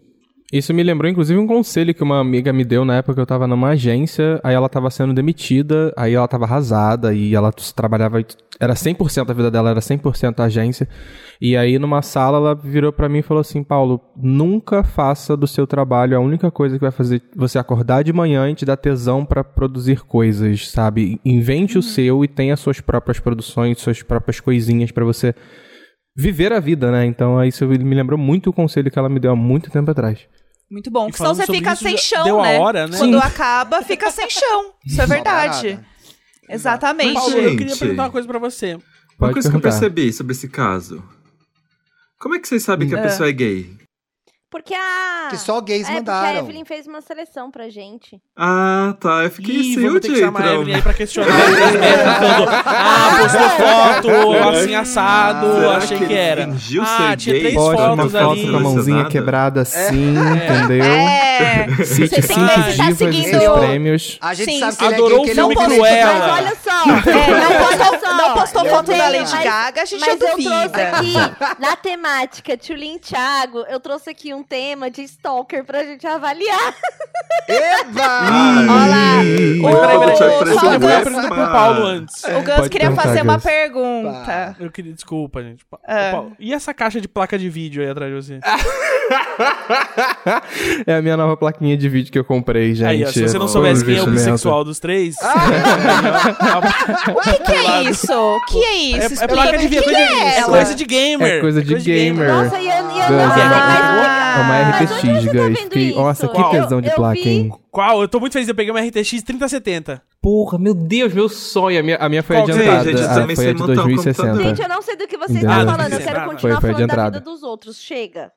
F: Isso me lembrou, inclusive, um conselho que uma amiga me deu na época que eu tava numa agência, aí ela tava sendo demitida, aí ela tava arrasada, e ela t- trabalhava, era 100% a vida dela, era 100% a agência, e aí numa sala ela virou pra mim e falou assim, Paulo, nunca faça do seu trabalho a única coisa que vai fazer você acordar de manhã e te dar tesão pra produzir coisas, sabe? Invente o seu e tenha suas próprias produções, suas próprias coisinhas pra você viver a vida, né? Então, aí isso me lembrou muito o conselho que ela me deu há muito tempo atrás.
D: Muito bom.
B: E
D: Porque senão
B: falando
D: você
B: sobre
D: fica
B: isso,
D: sem
B: já
D: chão,
B: deu a
D: né?
B: hora, né?
D: Quando
F: Sim.
D: acaba, fica sem chão. Isso é verdade. Exatamente.
B: Paulo, eu queria
A: Gente.
B: perguntar uma coisa pra você.
A: Uma
F: Pode
A: coisa que eu
F: perguntar.
A: percebi sobre esse caso. Como é que vocês sabem que a pessoa é gay?
C: Porque a.
E: Que só
C: é,
E: gays
C: porque a
E: mandaram.
C: Evelyn fez uma seleção pra gente.
A: Ah, tá. Eu fiquei
B: Ih,
A: sem
B: vou
A: o
B: ter que chamar a Evelyn aí
A: jeito.
B: pra questionar. Eles mesmos, falando, ah,
A: [laughs]
B: postou foto, assim, assado,
A: Será
B: achei
A: que
B: que,
A: ele
B: era.
A: fingiu
B: Ah,
A: ser
B: tinha
A: gay?
B: três
A: Pode,
F: Pode uma
B: fotos
A: foto
F: foto
B: ali.
F: com a mãozinha
A: Selecionada.
F: quebrada assim, entendeu?
D: É.
F: Cite
D: Você
F: cinco
D: tem que tá
F: divas desses
D: seguindo-
F: prêmios.
E: A gente
D: Sim,
E: sabe que
B: adorou
E: ele é gay, que
B: o
E: ele
B: filme
E: é um
B: Cruella.
E: preto.
C: Mas olha
E: [laughs]
C: só.
D: É, não
C: olha [laughs]
D: postou,
C: só,
D: não postou
C: eu
D: foto da
C: tenho,
D: Lady
C: mas-
D: Gaga, a gente é
C: Mas eu trouxe
D: duvida.
C: [laughs] aqui, na temática Tchulin e Thiago, eu trouxe aqui um tema de stalker pra gente avaliar.
A: [laughs]
E: Eva!
A: Mas peraí, peraí,
D: Ô,
A: peraí, peraí,
D: só deu
A: peraí,
D: uma
B: Eu
A: peraí,
B: pergunto
A: peraí.
B: pro Paulo antes.
D: O Gus
F: Pode
D: queria
F: perguntar,
D: fazer uma
F: Gus.
D: pergunta.
B: Eu queria, desculpa, gente. Pa- Paulo, E essa caixa de placa de vídeo aí atrás de você?
F: É a minha nova plaquinha de vídeo que eu comprei, gente.
B: aí, ó, se você não
F: Foi um
B: soubesse quem é o
F: investimento.
B: bissexual dos três. [laughs]
D: O que, que é isso? O que é
B: É,
D: isso?
B: é placa de
D: Explica.
B: vídeo,
D: O que é
B: é,
D: ela?
B: coisa de gamer.
F: É coisa de gamer.
C: Nossa, e eu, e eu
F: Gus,
C: não sei
F: é uma-
C: mais.
F: É uma
C: Mas
F: RTX,
C: onde você tá
F: Gus.
C: vendo
F: Que-
C: isso?
F: Nossa, que
C: Eu-
F: tesão de
C: eu
F: placa,
C: vi-
F: hein?
B: Qual? Eu tô muito feliz, eu peguei uma RTX 3070.
F: Porra, meu Deus, meu sonho. A minha, a minha foi
B: Qual que é,
F: adiantada.
A: gente? Eu
F: a,
A: também
F: foi
A: sei
F: a de
A: montar um
F: 2060.
A: computador.
C: Gente, eu não sei do que vocês
F: Entendeu?
C: estão falando. Eu quero
B: Foi-
C: continuar
F: foi
C: falando
F: adiantado.
C: da vida dos outros. Chega.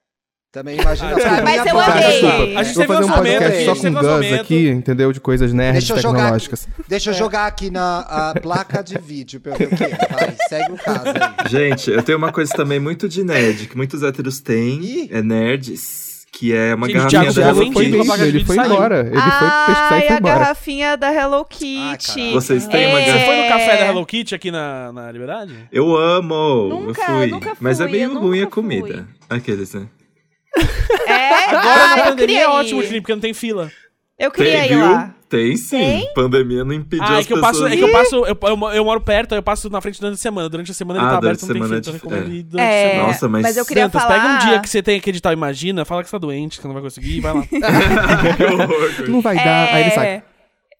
E: Também imagina. pra
B: Ah,
E: mim,
D: mas eu
E: placa-
B: A
D: amei.
B: gente
F: Eu vou
B: teve
F: fazer um
B: lançamento,
F: podcast
B: gente,
F: só
B: teve
F: com Gus
B: lançamento.
F: aqui, entendeu? De coisas nerds
E: Deixa eu jogar
F: tecnológicas.
E: Deixa eu
B: É.
E: jogar aqui na a placa de vídeo pra eu ver o que é. Vai, segue o caso aí.
A: Gente, eu tenho uma coisa também muito de nerd, que muitos héteros têm,
E: Ih.
A: é nerds, que é uma
B: Gente,
A: garrafinha
B: Thiago
A: da
B: Thiago
A: Hello
F: Ele
B: Além
F: foi,
B: disso,
A: Kitty.
B: a placa de
F: ele
B: vídeo
F: foi
B: saiu.
F: embora. Ele foi
D: Ah,
F: pesquisar e
D: Ai,
F: foi
D: a
F: embora.
D: garrafinha da Hello Kitty.
B: Ah,
E: caralho.
A: Vocês têm uma
D: É.
B: Você
A: garrafa?
B: foi no café da Hello Kitty aqui na, na Liberdade?
A: Eu amo!
C: Nunca,
A: eu fui.
C: nunca
A: Mas é
C: fui, eu
A: meio
C: nunca
A: ruim a
C: fui.
A: comida. Aqueles, né?
D: É?
B: Agora
D: Ah,
B: na
D: eu
B: pandemia
D: queria
B: é
D: ir.
B: ótimo, Julinho, porque não tem fila.
D: Eu queria ir
A: viu?
F: um?
D: lá.
A: Tem sim. Pandemia não impediu
B: Ah, é
A: as
B: que eu
A: pessoas.
B: passo, é que eu passo, eu, eu, mo- eu moro perto, aí eu passo na frente durante a semana. Durante a semana ele
A: Ah,
B: tá
A: durante
B: aberto, não tem
A: a
B: fila,
A: semana
B: então eu
A: é dif-
B: recomendo ir durante a
D: É,
B: semana.
A: Nossa, mas-
D: eu
B: [laughs]
D: queria
B: Dantas,
D: falar...
B: pega um dia que você tem que editar o Imagina, fala que você tá doente, que você não vai conseguir, vai lá.
D: [laughs]
A: que horror.
F: Não vai dar. Aí ele sai.
D: É.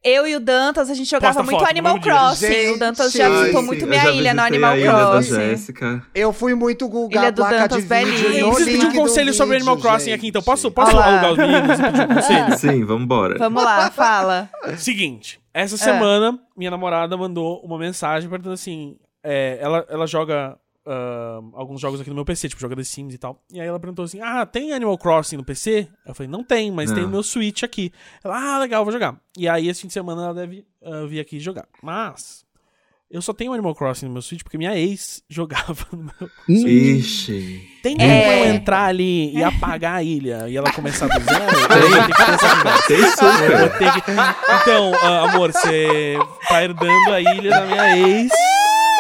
D: Eu e o Dantas, a gente jogava
B: Posta
D: muito
B: foto,
D: Animal
B: no dia.
D: Crossing. o
E: Gente,
D: Dantas já visitou
A: Ai,
D: muito
A: sim,
D: minha
A: eu já
D: ilha no
A: visitei
D: Animal
A: a ilha da
D: Crossing.
A: Jéssica.
E: Eu fui muito
D: Ele
E: googar
D: é
E: a
D: do
E: placa
D: Dantas
E: de vídeo
D: Belli.
B: Eu
E: no
B: preciso pedir um
E: link do
B: conselho sobre
E: vídeo,
B: Animal Crossing
E: gente.
B: aqui, então. Posso, posso
D: Olha lá.
B: alugar os meninos e pedir
D: [laughs]
B: um conselho?
A: Sim, vambora.
D: Vamos
A: [laughs]
D: lá, fala.
B: Seguinte, essa semana, minha namorada mandou uma mensagem perguntando assim: é, ela, ela joga ah, alguns jogos aqui no meu PC, tipo, joga The Sims e tal. E aí ela perguntou assim: Ah, tem Animal Crossing no PC? Eu falei: Não tem, mas tem
A: Não.
B: o meu Switch aqui. Ela, ah, legal, vou jogar. E aí esse fim de semana ela deve ah, vir aqui jogar. Mas. Eu só tenho Animal Crossing no meu Switch porque minha ex [laughs] jogava no meu.
A: Ixi.
B: Tem como eu entrar ali e apagar a ilha e ela começar do zero? Eu vou ter que pensar nisso.
A: Tem
B: Eu vou
A: super.
B: ter né? que- Então, ah, amor, você tá herdando a ilha da minha ex.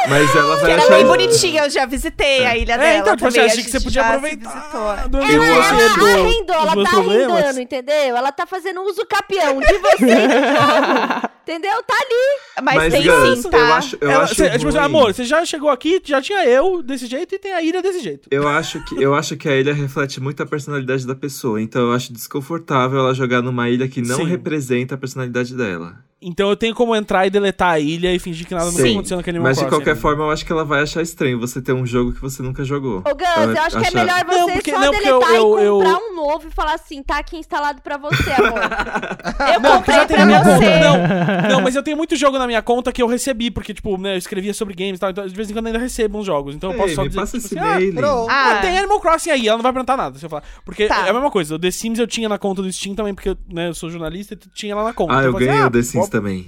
A: Mas ela vai
D: Que era
A: achar.
D: é bem bonitinha, eu já visitei a ilha dela.
B: É, então, tipo assim,
D: também,
B: achei
D: a
B: que você
D: gente
B: podia
D: já se
B: aproveitar.
D: visitou.
B: do-
A: Eu
B: você
A: acho-
B: herdou
C: Ela
B: os
C: arrendou,
B: meus
C: ela tá
A: é
B: problemas.
C: arrendando, entendeu? Ela tá fazendo uso capião de você,
B: [laughs]
C: e do jogo, entendeu? Tá ali.
D: Mas, tem
A: Gus,
D: sim, tá?
A: Eu acho, eu
B: Ela-
A: acho
B: você- tipo assim,
A: ruim.
B: amor, você já chegou aqui, já tinha eu desse jeito e tem a ilha desse jeito.
A: Eu acho, que, eu acho que a ilha reflete muito a personalidade da pessoa, então eu acho desconfortável ela jogar numa ilha que não
B: Sim.
A: representa a personalidade dela.
B: Então eu tenho como entrar e deletar a ilha e fingir que nada nunca
A: Sim,
B: aconteceu naquele Assim, né?
A: Mas de
B: Crossing.
A: qualquer forma, eu acho que ela vai achar estranho você ter um jogo que você nunca jogou.
C: Ô, Gus,
A: Ela
C: eu acho que é
A: acha-
C: melhor você
B: Não, porque-
C: só
B: não, porque eu-
C: deletar
B: eu-
C: e
B: eu-
C: comprar um novo e falar assim, tá aqui instalado pra você, amor.
D: Eu
B: porque já
D: comprei
B: tem um
D: pra
B: minha conta.
D: você.
B: Não, não, mas eu tenho muito jogo na minha conta que eu recebi, porque, tipo, né, eu escrevia sobre games e tal, então de vez em quando eu ainda recebo uns jogos. Então eu posso
A: Ei,
B: só
A: me
B: dizer.
A: passa
B: tipo
A: esse
B: assim, ah,
A: mail.
E: Pronto.
D: Ah,
B: Ah, tem Animal Crossing aí, ela não vai perguntar nada se eu falar. Porque
D: Tá.
B: é a mesma coisa, o The Sims eu tinha na conta do Steam também, porque eu, né, eu sou jornalista e tinha ela na conta.
A: Ah,
B: Então
A: eu
B: falei
A: ganhei
B: assim,
A: o The Sims
B: bom.
A: também.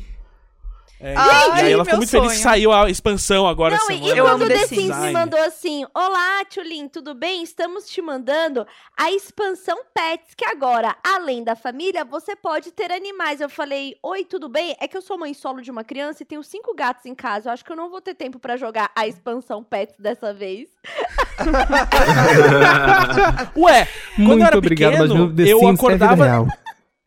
B: É,
D: Ai,
B: e aí ela ficou
D: meu
B: muito feliz que
D: sonho.
B: saiu a expansão agora.
C: Não,
B: essa
C: e, e
B: semana.
D: Eu
C: quando
D: amo
C: o
D: The
C: The Sims me
B: Design.
C: mandou assim, olá, Tulin, tudo bem? Estamos te mandando a expansão Pets, que agora, além da família, você pode ter animais. Eu falei, oi, tudo bem? É que eu sou mãe solo de uma criança e tenho cinco gatos em casa. Eu acho que eu não vou ter tempo pra jogar a expansão Pets dessa vez.
B: Ué, quando eu
F: Muito
B: era
F: obrigado,
B: pequeno,
F: mas meu The
B: eu
F: Sims é vida
B: acordava.
F: real.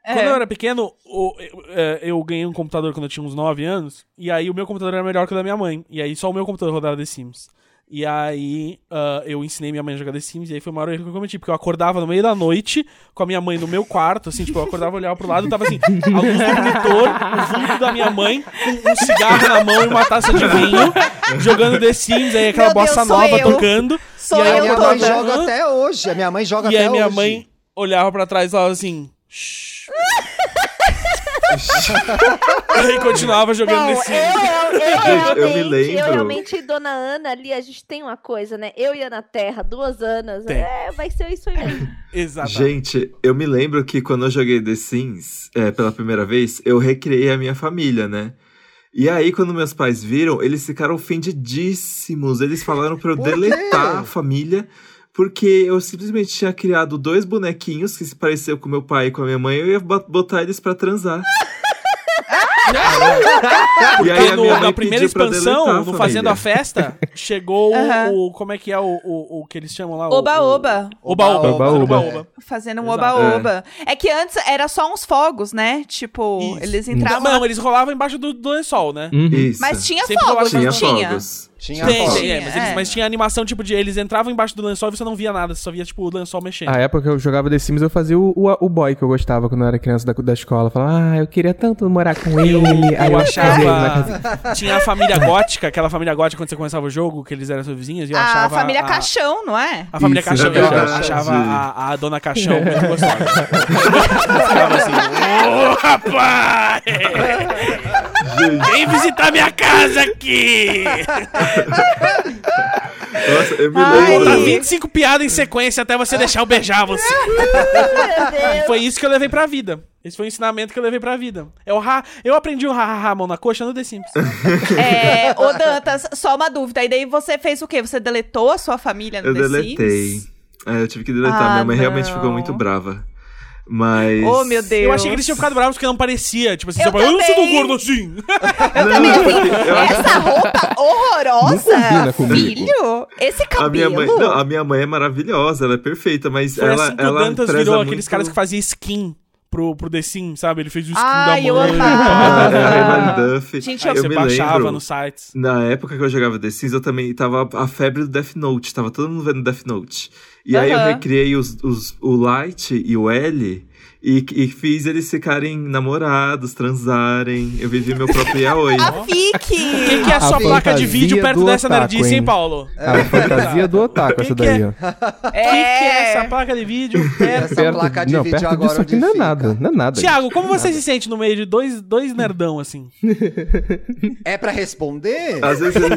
D: É.
B: Quando eu era pequeno, o- eu, é, eu ganhei um computador quando eu tinha uns 9 anos, e aí o meu computador era melhor que o da minha mãe. E aí só o meu computador rodava The Sims. E aí ah, eu ensinei minha mãe a jogar The Sims, e aí foi o maior erro que eu cometi, porque eu acordava no meio da noite com a minha mãe no meu quarto, assim, tipo, eu acordava, olhava pro lado,
D: [laughs]
B: tava assim, a luz do monitor, o vulto da minha mãe, com um cigarro na mão e uma taça de vinho, jogando The Sims, aí aquela
D: Meu Deus,
B: bossa
D: sou
B: nova
D: eu.
B: tocando.
D: Sou
B: e aí
E: A
D: eu
E: minha
D: toda.
E: mãe
B: acordava,
E: joga
B: "Hã?"
E: até hoje. A minha mãe joga
B: E
E: até
B: aí minha
D: [laughs]
E: hoje.
B: mãe olhava pra trás e falava assim. "Shh." E continuava jogando
C: Não,
B: nesse.
C: eu,
D: é-
C: eu,
A: Gente,
C: eu,
A: eu me
C: realmente, eu
A: lembro.
C: realmente e Dona Ana ali, a gente tem uma coisa, né? Eu e Ana Terra, duas Anas.
B: Tem.
C: É, vai ser isso aí mesmo.
B: Exatamente.
A: Gente, eu me lembro que quando eu joguei The Sims é, pela primeira vez, eu recriei a minha família, né? E aí, quando meus pais viram, eles ficaram ofendidíssimos. Eles falaram pra eu
E: Por quê?
A: deletar a família, porque eu simplesmente tinha criado dois bonequinhos que se pareciam com meu pai e com a minha mãe, e eu ia bot- botar eles pra transar. e
B: É, Porque no- na
A: pediu
B: primeira
A: pra deletar
B: expansão,
A: a
B: do Fazendo a
A: família.
B: Festa, chegou o-
D: Aham.
B: o, Como é que é o, o, o que eles chamam lá? O-
D: Oba-oba.
B: o- Oba-oba.
F: Oba-oba.
B: Oba-oba.
D: Fazendo um
B: Exato.
D: oba-oba. É. que antes era só uns fogos, né? Tipo,
B: Isso.
D: eles
B: Não,
D: entravam.
B: não,
D: na-
B: eles rolavam embaixo do, do lençol,
A: Hum,
B: né?
F: Uhum.
A: Isso.
D: Mas tinha
B: Sempre rolava
D: fogos, não
A: tinha
D: tinha?
A: fogos.
E: Tinha
B: Tem,
E: foto.
B: tem, é, mas, eles-
D: É.
B: mas tinha animação, tipo, de eles entravam embaixo do lençol e você não via nada, você só via, tipo, o lençol
A: Ah,
B: mexendo.
F: A época que eu jogava The Sims, eu fazia o, o, o boy que eu gostava quando eu era criança da, da escola. Falava, ah, eu queria tanto morar com ele. Aí
B: Eu
F: eu achava ele na casa.
B: achava. [laughs] Tinha a família gótica, aquela família gótica quando você começava o jogo, que eles eram seus vizinhos, e eu
D: a
B: achava.
D: família
B: a-
D: Caixão, não é?
B: [laughs] A família
A: Isso,
B: Caixão,
A: é
B: eu
A: verdade.
B: achava a, a dona Caixão muito gostosa. Eu ficava assim, ô rapaz! Vem visitar minha casa aqui!
A: Nossa, eu me
D: Ai.
B: Tá
A: lembro.
B: 25 piadas em sequência até você deixar eu beijar você.
C: Meu
B: E
C: Deus.
B: foi isso que eu levei pra vida. Esse foi o ensinamento que eu levei pra vida. Eu, ra... eu aprendi o ha-ha-ha mão na coxa no The Sims.
D: É, ô Dantas, só uma dúvida. E daí você fez o quê? Você deletou a sua família no
A: Eu
D: The Sims?
A: deletei. É, eu tive que deletar.
D: Ah,
A: Minha mãe realmente
D: não.
A: ficou muito brava. Mas.
D: Oh, meu Deus.
B: Eu achei que eles tinham ficado bravos porque não parecia. Tipo assim,
D: Eu
B: seu pai, eu não sou tão
D: também.
B: gordo assim.
D: Eu também, assim,
C: é
B: [laughs]
D: essa roupa horrorosa,
F: Não
B: né?
F: combina comigo.
D: filho, esse cabelo.
A: A minha, mãe, não, a minha mãe é maravilhosa, ela é perfeita, mas
B: Foi
A: ela,
B: assim que o
A: ela
B: Dantas
A: preza
B: virou
A: muito...
B: aqueles caras que faziam skin pro, pro The Sims, sabe? Ele fez o skin
D: Ai,
B: da
D: eu
B: mãe. e
A: Ah,
D: amava.
A: é, a Emily Duff.
D: Gente,
B: Aí
A: eu
B: [laughs] você
A: me
B: baixava
A: lembro,
B: nos sites.
A: na época que eu jogava The Sims, eu também tava a febre do Death Note, tava todo mundo vendo Death Note. E aí eu
D: Aham.
A: recriei os, os, o Light e o L e, e fiz eles ficarem namorados, transarem. Eu vivi meu próprio yaoi.
D: A
B: [laughs] O
D: Fique!
B: que, que é a
F: A
B: sua placa de
F: fantasia
B: vídeo perto
F: do
B: dessa
F: otaku,
B: nerdice, hein,
F: hein?
B: Paulo?
F: Ah, a fantasia do otaku, essa
B: Que que é?
F: daí, ó.
D: É.
B: O que, que é essa placa de
F: [laughs]
B: vídeo?
E: Essa placa de
F: não,
E: vídeo
F: perto
E: agora
F: disso aqui
E: onde
F: não é
E: fica.
F: nada, não é nada.
B: Tiago, como você se sente no meio de dois, dois nerdão, assim?
E: É pra responder?
A: Às vezes ele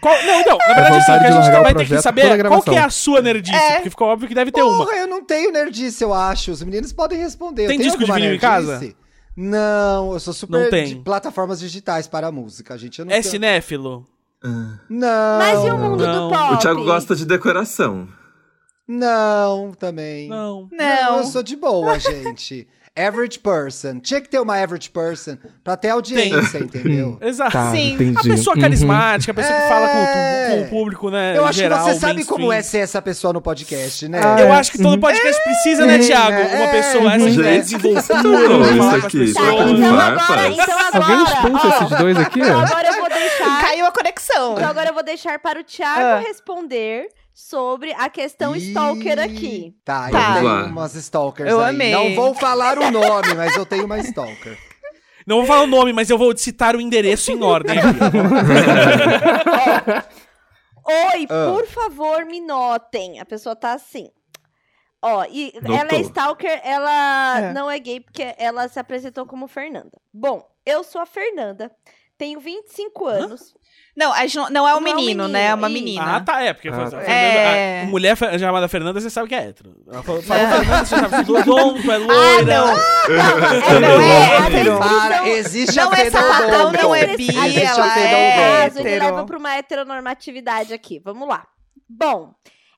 B: Qual- não, não, na verdade, assim, o
F: É vontade
B: que a gente
F: de largar
B: vai
F: o
B: ter que
F: projeto toda a
B: saber qual
F: gravação.
B: que é a sua nerdice,
D: É.
B: porque ficou óbvio que deve ter uma.
E: Porra, eu não tenho nerdice, eu acho. Os meninos podem responder. Eu
B: Tem
E: tenho
B: disco de
E: alguma
B: vinil em
E: nerdice? Não, eu sou super
B: Não tem.
E: de plataformas digitais para a música, gente. Eu não
B: É
E: tenho-
B: cinéfilo?
E: Ah. Não.
C: Mas e o um mundo
B: Não.
C: do pop?
A: O Thiago gosta de decoração.
E: Não, também.
B: Não.
D: Não.
E: eu sou de boa, gente. Average person. Tinha que ter uma average person pra ter audiência, entendeu?
B: [laughs] Exato.
F: Tá,
D: Sim.
B: A
F: entendi.
B: pessoa
F: Uhum.
B: carismática, a pessoa que fala com,
E: É.
B: o tu- com o público, né?
E: Eu acho
B: geral,
E: que você sabe
B: mainstream.
E: como é ser essa pessoa no podcast, né?
F: Ah,
B: Eu
F: É.
B: acho que todo podcast precisa, né,
E: Sim,
B: Thiago?
E: né?
B: Uma
E: É.
B: pessoa essa que
A: Gente,
B: é
A: tudo
B: desenvoltura, falar
A: isso
B: com as
A: aqui,
C: Tá,
A: Troca
B: pessoas.
A: de
C: então
A: farpas.
C: agora, então
F: Alguém
C: agora.
F: expulsa é. esses dois aqui,
C: Então
F: ó.
C: agora eu vou deixar.
D: Caiu a conexão.
C: Então agora eu vou deixar para o
D: Ah.
C: Thiago responder sobre a questão um stalker aqui.
D: Tá.
E: Tá, eu
A: Vamos lá.
E: tenho umas stalkers
D: Eu
E: aí.
D: amei.
E: Não vou falar o nome, mas eu tenho uma stalker.
B: Não vou falar o nome, mas eu vou citar o endereço em ordem. aqui.
C: Oi,
E: Ah.
C: por favor, me notem. A pessoa tá assim. Ó, e
A: Notou.
C: ela é stalker, ela
D: É.
C: não é gay porque ela se apresentou como Fernanda. Bom, eu sou a Fernanda, tenho 25 anos.
D: Não, a gente não, não é um
C: Não é um
D: menino,
C: menino,
D: né? É uma
C: isso.
D: menina.
B: ah, tá, é, porque eu falo-
F: Ah, tá.
B: a Fernanda-
D: É.
B: a mulher fe- chamada Fernanda, você sabe que é hétero. Ela falou, falou
D: É.
B: Fernanda, você sabe que é loiro, é
D: Ah,
B: loira.
D: não.
C: É,
D: não é
C: a
D: hétero.
E: Para,
C: descrição-
E: existe
D: Não
E: a
D: é sapatão,
E: pedodomia.
D: não é
C: bi,
E: Existe a
D: ela
E: pedodomia.
D: é
C: caso, ele
D: hétero.
C: leva pra uma heteronormatividade aqui. Vamos lá. Bom,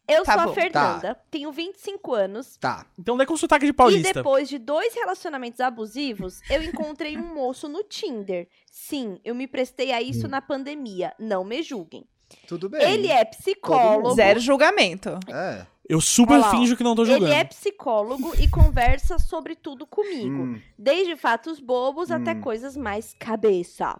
C: eu
D: Tá
C: sou
D: bom,
C: a
D: tá.
C: Fernanda, tenho 25 anos.
E: Tá.
B: Então não é com sotaque de
C: E
B: paulista.
C: depois de dois relacionamentos abusivos, eu encontrei um moço no Tinder. Sim, eu me prestei a
D: Hum.
C: isso na pandemia. Não me julguem.
E: Tudo bem.
C: Ele é psicólogo.
D: Zero tá julgamento.
E: É.
B: Eu super
C: Olha lá, ó.
B: finjo que não tô
C: Ele
B: julgando.
C: é psicólogo e conversa sobre tudo comigo.
E: Hum.
C: Desde fatos bobos até
E: Hum.
C: coisas mais cabeça.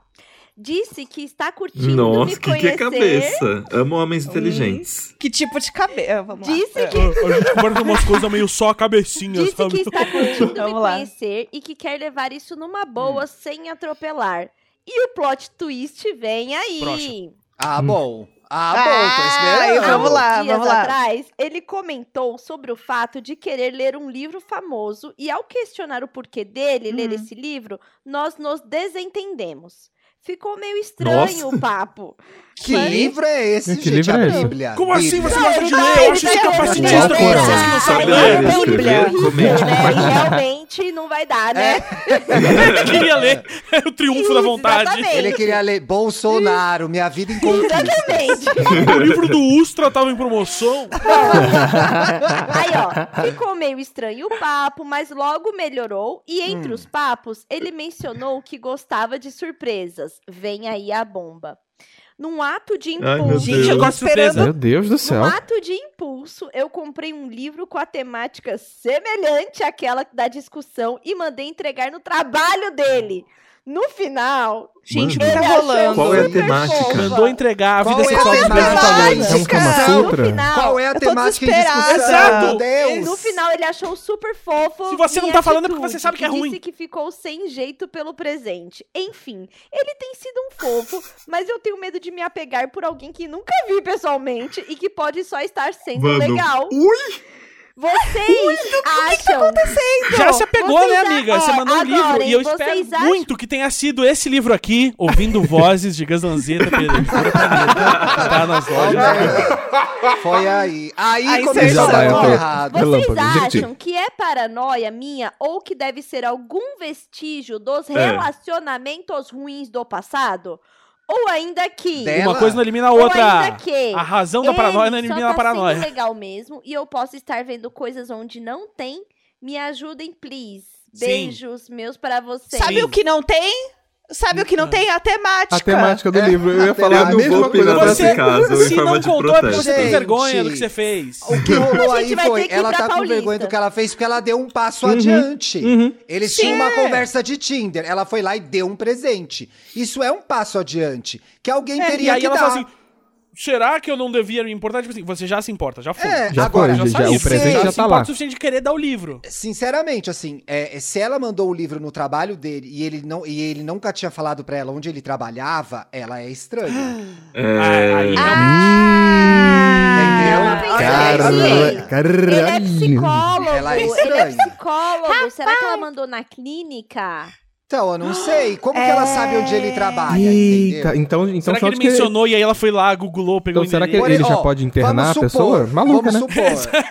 C: Disse que está curtindo
A: Nossa,
C: me
A: que, que
C: conhecer.
A: é cabeça. Amo homens inteligentes.
D: Que tipo de cabelo? Vamos lá.
C: Disse que
B: A gente conversa umas coisas meio só a cabecinha,
C: Disse que
B: sabe?
C: está curtindo me
D: Vamos lá.
C: conhecer e que quer levar isso numa
B: Hum.
C: boa, sem atropelar. E o plot twist vem aí.
B: Próximo.
E: Ah, bom. Ah, bom, tô
D: Aí,
E: esperando.
D: vamos lá,
C: dias
D: vamos lá.
C: atrás, ele comentou sobre o fato de querer ler um livro famoso e ao questionar o porquê dele ler
D: Uhum.
C: esse livro, nós nos desentendemos. Ficou meio estranho o papo.
E: Que livro é esse,
F: Que
E: gente?
F: livro
E: a
F: é esse?
E: Bíblia.
B: Como assim
E: Bíblia.
B: [laughs] você não gosta de ler?
C: Não,
B: Eu acho
C: não,
B: isso
C: né? não, é
B: capacitista pra
E: não, não.
B: pessoas que não sabem
A: Sabe ler,
B: ler.
A: escrever,
C: horrível,
A: comente.
C: né? E realmente não vai dar, né?
B: É. Eu queria ler. É o triunfo da vontade.
C: Exatamente.
E: Ele queria ler Bolsonaro, Minha Vida em Conquista.
C: [laughs] Exatamente.
B: [laughs] O livro do Ustra tava em promoção.
C: Aí,
A: [laughs]
C: ó, ficou meio estranho o papo, mas logo melhorou. E entre
A: Hum.
C: os papos, ele mencionou que gostava de surpresas. Vem aí a bomba. Num ato de
A: meu
C: impulso.
A: Deus.
D: Gente, eu tô
B: Deus. Surpresa.
D: esperando.
F: Meu Deus do
C: Num
F: céu.
C: ato de impulso, eu comprei um livro com a temática semelhante àquela da discussão e mandei entregar no trabalho dele. No final,
D: Gente, o que
C: ele
D: tá
C: achou
D: rolando?
A: Qual é a
C: super
A: temática?
C: fofa.
B: Mandou entregar a
E: Qual
B: vida
E: é a
B: sexual dos meus
E: temática?
B: estudantes.
F: É um Kama
D: Cara,
C: No
F: Sutra?
C: final,
E: Qual é a
D: tô
E: temática em discussão?
D: desesperada.
B: Exato.
E: Meu Deus.
C: No final ele achou super fofo.
B: Se você não
C: minha
B: tá falando é porque
C: atitude,
B: você sabe que é
C: e
B: ruim.
C: Disse que ficou sem jeito pelo presente. Enfim, ele tem sido
A: [laughs]
C: um fofo, mas eu tenho medo de me apegar por alguém que nunca vi pessoalmente e que pode só estar sendo
A: Mano,
C: legal.
A: ui!
C: Vocês
A: tá
C: acham?
B: Já se apegou,
C: Vocês
B: né,
C: já-
B: amiga?
C: ó,
B: Você mandou um
C: agora,
B: livro. E eu
C: hein,
B: espero
C: vocês acham-
B: muito que tenha sido esse livro aqui, Ouvindo Vozes de Gazanzeta Pereira. Tá nas
E: Olha
B: lojas.
E: aí. Foi aí. Aí,
D: Aí
E: começou
D: já vai,
E: a
D: eu tô-
E: errado.
F: Relâmpago,
C: Vocês
F: gente.
C: acham que é paranoia minha ou que deve ser algum vestígio dos
B: É.
C: relacionamentos ruins do passado? Ou ainda que.
E: Dela.
B: Uma coisa não elimina a
C: Ou ainda
B: outra.
C: que.
B: A razão da
C: Ele
B: paranoia não
C: só
B: elimina a
C: tá
B: paranoia.
C: sendo legal mesmo e eu posso estar vendo coisas onde não tem. Me ajudem, please.
B: Sim.
C: Beijos meus pra vocês.
D: Sabe o que não tem? Sabe o que
B: Hum.
D: não tem? A temática.
F: A temática do
E: É,
F: livro. Eu ia
E: a
F: falar a
E: temática.
F: mesma coisa.
A: Eu vou
F: Você...
B: Você,
A: nesse caso, tá em
B: se
A: forma
B: não
A: de
B: contou, é porque você
A: protesto.
B: tem
E: Gente.
B: vergonha do que você fez.
E: O que rolou
C: A gente
E: aí
C: vai
E: foi,
C: ter que ir
E: ela
C: pra
E: tá com
C: Paulista.
E: vergonha do que ela fez porque ela deu um passo
D: Uhum.
E: adiante. Eles tinham uma conversa de Tinder, ela foi lá e deu um presente. Isso é um passo adiante que alguém
B: É, e
E: teria
B: aí
E: que
B: ela
E: dar.
B: fala assim: será que eu não devia me importar? Tipo assim, você já se importa, já foi.
E: É,
F: Já
E: agora
F: foi,
E: já
F: já,
E: saiu.
F: o presente
E: Sim.
F: já
B: se
F: tá
B: importa
F: lá.
B: o suficiente de querer dar o livro.
E: Sinceramente, assim, é, se ela mandou o livro no trabalho dele e ele, não, e ele nunca tinha falado pra ela onde ele trabalhava, ela é estranha.
B: Ah, aí
F: Então
A: É...
F: Hum. Ah,
B: Ah,
E: Entendeu?
C: eu pensei
E: Ela é
C: assim.
E: estranha.
C: Ele é psicólogo.
E: Ela é
C: ele é
E: estranha.
C: psicólogo. Será que ela mandou na clínica?
E: Então, eu não sei. Como que ela
D: É.
E: sabe onde ele trabalha?
F: Eita,
E: entendeu?
F: então, então
B: será que
F: só
B: ele
F: de que...
B: mencionou e aí ela foi lá, googlou, pegou
F: Então será
B: o
F: que
B: endereço?
F: ele já
E: Ó,
F: pode internar a
E: Vamos
F: pessoa?
E: supor,
F: Maluca,
E: vamos
F: né? [laughs]
E: supor.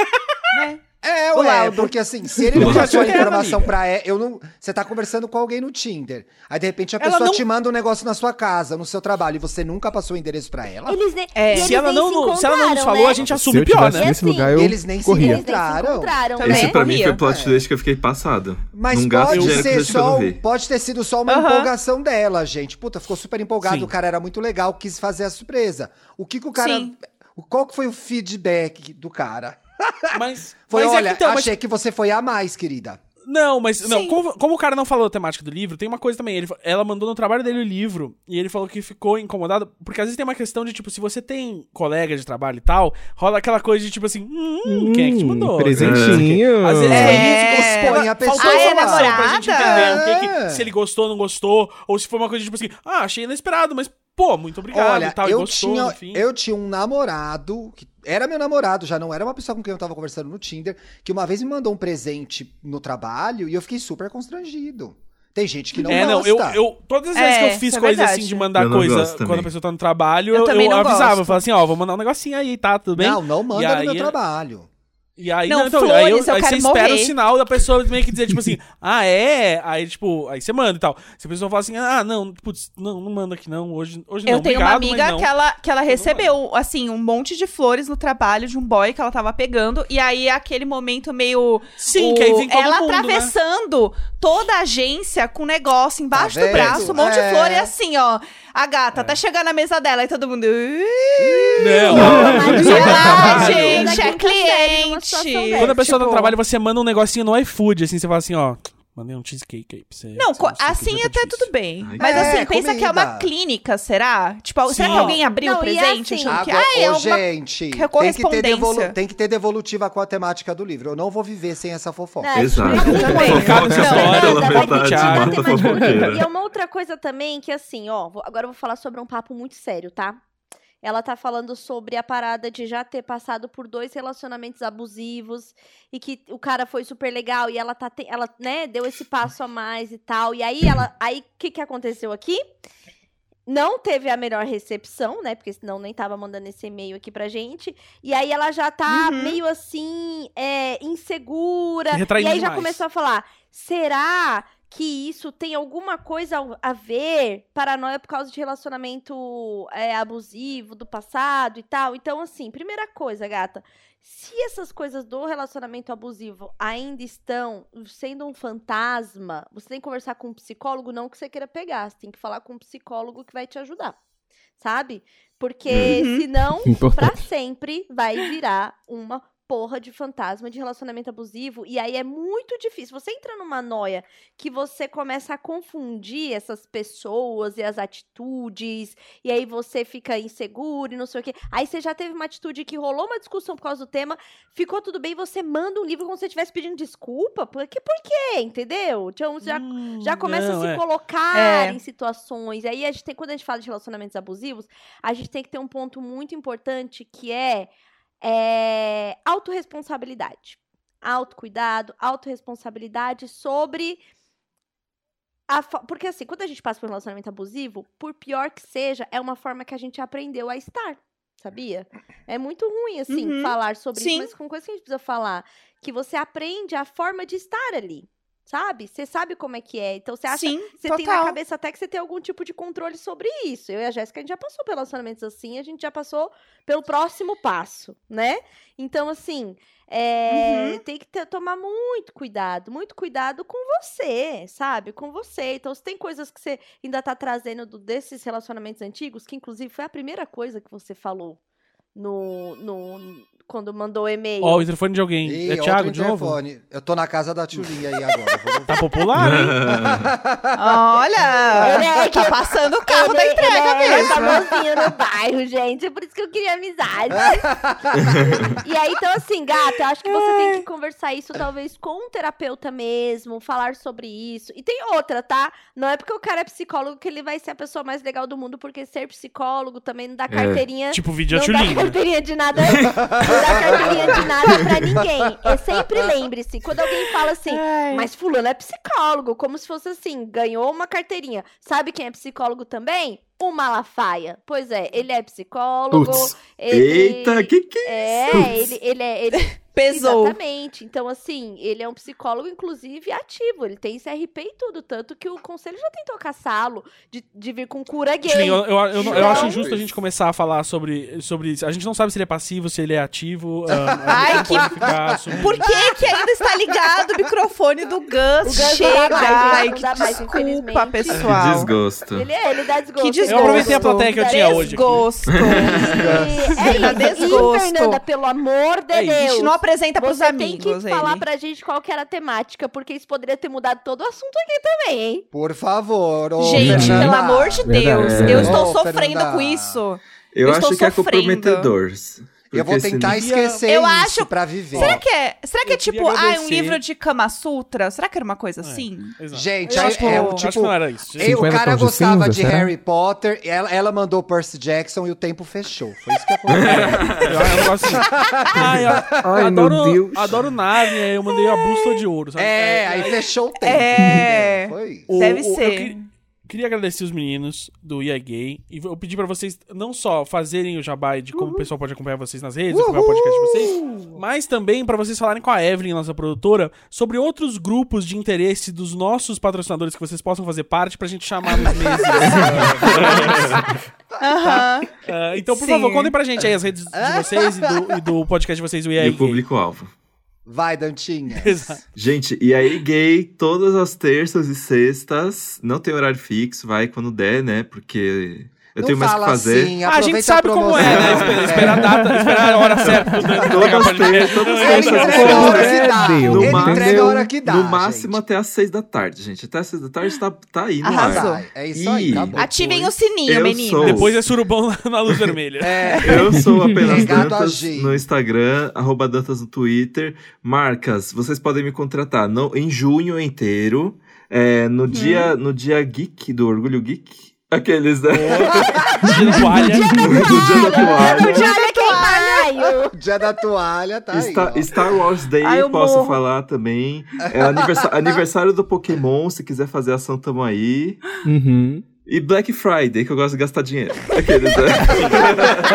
D: né?
E: É,
D: Ô,
E: ué,
D: Laudo.
E: porque assim, se ele não
B: Ele já
E: passou a
B: tinha,
E: informação
B: amiga.
E: pra ela, eu não. Você tá conversando com alguém no Tinder. Aí de repente a
B: Ela
E: pessoa
B: não-
E: te manda um negócio na sua casa, no seu trabalho, e você nunca passou o endereço pra ela.
C: Eles nem,
D: É.
C: e eles
B: Se ela,
C: nem
B: não,
C: se
B: não- se ela não nos
C: encontraram,
B: falou,
C: né?
B: a gente
F: Se
B: assume
F: eu
B: pior,
F: tivesse
B: né?
F: nesse
C: E
F: lugar, eu
C: assim,
E: eles nem se
F: corria.
C: Eles
E: encontraram.
C: nem se encontraram,
D: Também.
C: né?
A: Esse pra mim
D: Corria.
A: foi plot twist que eu fiquei passado.
E: Mas
A: não gasto
E: pode
A: dinheiro com
E: ser
A: gente que eu
E: só, um
A: não vi.
E: pode ter sido só uma
D: Aham.
E: empolgação dela, gente. Puta, ficou super empolgado,
B: Sim.
E: o cara era muito legal, quis fazer a surpresa. O que que o cara,
D: Sim.
E: o- qual que foi o feedback do cara?
B: Mas,
E: Foi,
B: mas
E: olha,
B: é que, então, mas-
E: achei que você foi a mais, querida.
B: Não, mas não,
D: Sim.
B: como, como o cara não falou a temática do livro, tem uma coisa também. Ele, fa- ela mandou no trabalho dele o livro e ele falou que ficou incomodado. Porque às vezes tem uma questão de, tipo, se você tem colega de trabalho e tal, rola aquela coisa de, tipo assim, hum, quem é que te mandou?
F: Hum, presentinho.
B: Às vezes
D: É.
B: foi isso.
E: Expõe a pessoa.
B: Faltou
D: Ah, é
B: informação pra gente entender
D: namorada?
B: o que
E: É.
B: que- se ele gostou, não gostou, ou se foi uma coisa, tipo assim, ah, achei inesperado, mas, pô, muito obrigado
E: Olha,
B: e tal, e
E: eu,
B: gostou,
E: tinha,
B: enfim.
E: eu tinha um namorado, que era meu namorado, já não era uma pessoa com quem eu tava conversando no Tinder, que uma vez me mandou um presente no trabalho e eu fiquei super constrangido. Tem gente que não
B: é, não,
E: gosta.
B: eu, eu. Todas as
D: É,
B: vezes que eu fiz
D: isso é
B: coisa
D: verdade.
B: assim de mandar
A: Eu não
B: coisa
A: gosto também.
B: quando a pessoa tá no trabalho,
D: Eu
B: eu,
D: também
B: eu
D: não
B: avisava,
D: gosto.
B: eu falava assim, ó, vou mandar um negocinho aí, tá? Tudo bem?
E: Não, não
B: E
E: manda
B: aí
E: no meu
B: é-
E: trabalho.
B: E aí,
D: Não,
B: não, então,
D: flores,
B: aí, eu,
D: eu
B: aí
D: quero
B: você espera o
D: morrer.
B: sinal da pessoa meio que dizer, tipo assim, [laughs] ah, é? Aí, tipo, aí você manda e tal. Se a pessoa fala assim, ah, não, putz, não, não manda aqui não, hoje, hoje
D: Eu
B: não,
D: tenho
B: obrigado, uma
D: uma amiga
B: não. Tá
D: que ela, que ela recebeu, assim, um monte de flores no trabalho de um boy que ela tava pegando. E aí, aquele momento meio.
B: Sim,
D: o-
B: que aí vem todo
D: Ela
B: mundo, né?
D: atravessando toda a agência com negócio embaixo do
E: Tá vendo?
D: braço, um monte
E: É.
D: de flores assim, ó. A gata tá chegando na mesa dela e todo mundo.
B: Não, é
C: Mas
D: Sei
C: eu
D: é lá,
C: trabalho.
D: gente, é
C: Eu trabalho numa situação
D: cliente.
C: dessa,
B: Quando a pessoa tá no
C: tipo,
B: trabalho, você manda um negocinho no iFood, assim, você fala assim, ó, mandei um cheesecake aí pra você.
D: Não, co-
B: você sei,
D: assim
B: hoje tá
D: até
B: difícil.
D: tudo bem.
A: Ai,
D: Mas
E: É,
D: assim, pensa que é uma
E: comida.
D: clínica, será? Tipo, será
B: Sim.
D: que alguém abriu
C: Não,
D: o
C: e
D: presente?
C: assim-
D: achando que,
E: Agora,
D: ah, é
E: ô,
D: uma
E: gente, tem que, ter
D: correspondência.
E: devolu- tem que ter devolutiva com a temática do livro. Eu não vou viver sem essa fofoca.
D: É.
C: Não,
A: Exato.
C: tipo,
D: Tudo bem.
A: Fofoca
B: Não,
A: só
B: nada,
A: pela
B: vai
A: metade,
B: putear,
A: mata
B: tem
A: a
B: mais
C: E
A: fofoqueira.
C: é uma outra coisa também que, assim, ó, vou- agora eu vou falar sobre um papo muito sério, tá? ela tá falando sobre a parada de já ter passado por dois relacionamentos abusivos e que o cara foi super legal e ela tá te- ela, né, deu esse passo a mais e tal. E aí ela, aí o que que aconteceu aqui? Não teve a melhor recepção, né? Porque senão nem tava mandando esse e-mail aqui pra gente. E aí ela já tá
A: Uhum.
C: meio assim, é, insegura.
B: Retraída
C: e aí já
B: demais.
C: começou a falar: será que isso tem alguma coisa ao- a ver? Paranoia por causa de relacionamento é, abusivo do passado e tal. Então, assim, primeira coisa, gata. Se essas coisas do relacionamento abusivo ainda estão sendo um fantasma, você tem que conversar com um psicólogo, não que você queira pegar. Você tem que falar com um psicólogo que vai te ajudar. Sabe? Porque
F: [laughs]
C: senão pra
F: é Importante.
C: sempre vai virar uma porra de fantasma de relacionamento abusivo e aí é muito difícil. Você entra numa noia que você começa a confundir essas pessoas e as atitudes e aí você fica inseguro e não sei o quê. Aí você já teve uma atitude que rolou uma discussão por causa do tema, ficou tudo bem, você manda um livro como se você estivesse pedindo desculpa, porque por quê, entendeu? Então já
B: Hum,
C: já começa a se colocar
D: É.
C: em situações. Aí a gente tem, quando a gente fala de relacionamentos abusivos, a gente tem que ter um ponto muito importante que é, é autorresponsabilidade. Autocuidado, autorresponsabilidade sobre. a fo- Porque assim, quando a gente passa por um relacionamento abusivo, por pior que seja, é uma forma que a gente aprendeu a estar, sabia? É muito ruim, assim,
D: Uhum.
C: falar sobre
D: Sim.
C: isso, mas com coisa que a gente precisa falar. Que você aprende a forma de estar ali, sabe? Você sabe como é que é. Então você acha
D: Sim,
C: você
D: total.
C: tem na cabeça até que você tem algum tipo de controle sobre isso. Eu e a Jéssica, a gente já passou por relacionamentos assim, a gente já passou pelo próximo passo, né? Então, assim,
D: Uhum.
C: é, tem que ter- tomar muito cuidado, muito cuidado com você, sabe? Com você. Então, se tem coisas que você ainda tá trazendo do- desses relacionamentos antigos, que inclusive foi a primeira coisa que você falou no. no quando mandou o e-mail.
B: Ó, o interfone de alguém.
E: Ih,
B: é
E: outro
B: Thiago de novo?
E: interfone. Eu tô na casa da Tchulinha aí agora. Vou-
B: Tá popular,
E: [laughs]
B: hein?
A: [laughs]
C: [laughs]
D: Olha,
C: Moleque,
D: tá passando o carro da
C: Ele-
D: entrega
C: ele é
D: mesmo.
C: famosinho no bairro, gente. É por isso que eu
B: [laughs]
C: queria amizade. e aí, então, assim, gata, eu acho que você tem que conversar isso, talvez, com um terapeuta mesmo, falar sobre isso. E tem outra, tá? Não é porque o cara é psicólogo que ele vai ser a pessoa mais legal do mundo, porque ser psicólogo também não dá carteirinha.
B: Tipo vídeo
C: Não
B: de
C: dá
B: Tchulinha.
C: carteirinha de nada. Não dá carteirinha de nada pra ninguém. E sempre lembre-se, quando alguém fala assim, mas fulano é psicólogo, como se fosse assim, ganhou uma carteirinha. Sabe quem é psicólogo também? O Malafaia. Pois é, ele é psicólogo.
F: Putz.
C: ele-
A: Eita, que que é isso?
C: É, ele, ele é. Ele...
D: Pesou.
C: Exatamente. Então, assim, ele é um psicólogo, inclusive, ativo. Ele tem CRP e tudo. Tanto que o conselho já tentou caçá-lo de, de vir com cura gay.
B: Tchulinha, eu, eu, eu, eu
C: Não.
B: acho injusto a gente começar a falar sobre, sobre isso. A gente não sabe se ele é passivo, se ele é ativo.
E: [laughs]
B: ah, a gente
D: Ai,
B: não
D: que-
B: pode ficar sobre-
D: Por que que ainda está ligado o microfone do Gus?
C: Gus não dá mais,
D: Chega!
C: né? Não
D: Ai, que
C: dá mais,
D: desculpa,
C: infelizmente.
A: Que
D: pessoal.
A: desgosto.
C: Ele é, ele dá desgosto.
D: Que desgosto.
B: Eu aproveitei a plateia que eu tinha hoje.
D: Desgosto.
B: [laughs]
C: É
D: Dá
C: isso.
D: desgosto.
C: E, Fernanda, pelo amor de
B: É isso.
D: A
C: Deus.
D: gente não apresenta pros
C: você
D: amigos
C: tem que falar
D: ele.
C: pra gente qual que era a temática, porque isso poderia ter mudado todo o assunto aqui também, hein?
E: Por favor, ô,
D: Gente,
E: Fernanda.
D: pelo amor de
F: Verdade.
D: Deus, eu
F: É.
D: estou
E: Ô,
D: sofrendo
E: Fernanda.
D: com isso.
A: Eu,
D: Eu
A: acho
D: estou
A: que é
D: sofrendo.
A: comprometedor.
E: Eu vou
A: porque
E: tentar
A: senão-
E: esquecer
D: Eu
E: isso
D: acho-
E: pra viver.
D: Será que é, será que é
B: eu queria
D: tipo, ah, é um
B: agradecer. É.
D: livro de Kama Sutra? Será que era uma coisa assim?
B: Exato.
E: Gente,
D: Eu
E: aí
D: acho que
E: é
D: não.
E: o
B: acho que é
E: tipo...
B: não era isso.
E: eu- o
F: 50
E: cara
F: tons de
E: gostava
F: cinza,
E: de
F: será?
E: Harry Potter, ela, ela mandou Percy Jackson e o tempo fechou. Foi isso que
D: [laughs]
E: aconteceu.
B: Eu, eu não
E: [laughs]
B: gosto assim. Ai, eu,
F: Ai,
B: adoro,
F: meu Deus.
B: adoro Nárnia, eu mandei a bússola de ouro, sabe?
E: é, aí fechou o tempo.
D: É.
E: entendeu? Foi isso.
B: O-
D: Deve
B: o-
D: ser.
B: Eu que- queria agradecer os meninos do IA Gay. E eu pedi pra vocês não só fazerem o jabai de como o pessoal pode acompanhar vocês nas redes, acompanhar o podcast de vocês, mas também pra vocês falarem com a Evelyn, nossa produtora, sobre outros grupos de interesse dos nossos patrocinadores que vocês possam fazer parte pra gente chamar nos meses.
D: Aham.
B: Ah, então, por
D: Sim.
B: favor, contem pra gente aí as redes de vocês e do, e do podcast de vocês, o IA
A: E o
B: Gay.
A: público-alvo.
E: Vai, Dantinha.
B: Exato.
A: Gente, e aí, gay, todas as terças e sextas. Não tem horário fixo, vai quando der, né? Porque eu
E: Não
A: tenho mais o que
E: fala
A: fazer.
E: assim,
B: Ah, a gente
E: aproveita
B: sabe como é, né? Espe-
E: promoção.
B: Esperar a data, esperar a hora certa do Dani entregar pra gente.
A: todas
B: Não,
A: as
E: Ele
A: terças e
E: entrega é a
A: sextas.
E: hora que dá.
F: Entendeu?
E: Ele entrega a
F: Entendeu?
E: hora que dá.
A: no máximo
E: gente.
A: até às seis da tarde, gente. Até às seis da tarde tá, tá aí no
D: Arrasou.
A: ar.
E: Vai, É isso aí,
A: Ih.
E: acabou.
D: Ativem o
A: Depois
D: sininho,
A: eu
D: meninos.
A: sou-
B: Depois é surubão na- na luz
D: [laughs]
B: vermelha.
E: É.
A: Eu sou apenas
E: Obrigado,
A: Dantas
E: Agir.
A: no Instagram, arroba Dantas no Twitter. Marcas, vocês podem me contratar
E: Uhum.
A: no- em junho inteiro, é, no, dia, no dia geek do Orgulho Geek. Aqueles, né? [laughs]
B: Tira a toalha.
A: Do
E: [laughs]
A: dia da toalha.
C: Olha
D: Ah,
C: quem tá
D: [laughs]
E: O dia da toalha tá aí.
A: Star,
E: ó.
A: Star Wars Day,
D: Ai, eu
A: posso
D: morro.
A: falar também. É aniversa- aniversário do Pokémon, se quiser fazer ação, tamo aí.
F: Uhum.
A: E Black Friday, que eu gosto de gastar dinheiro. Aqueles, né?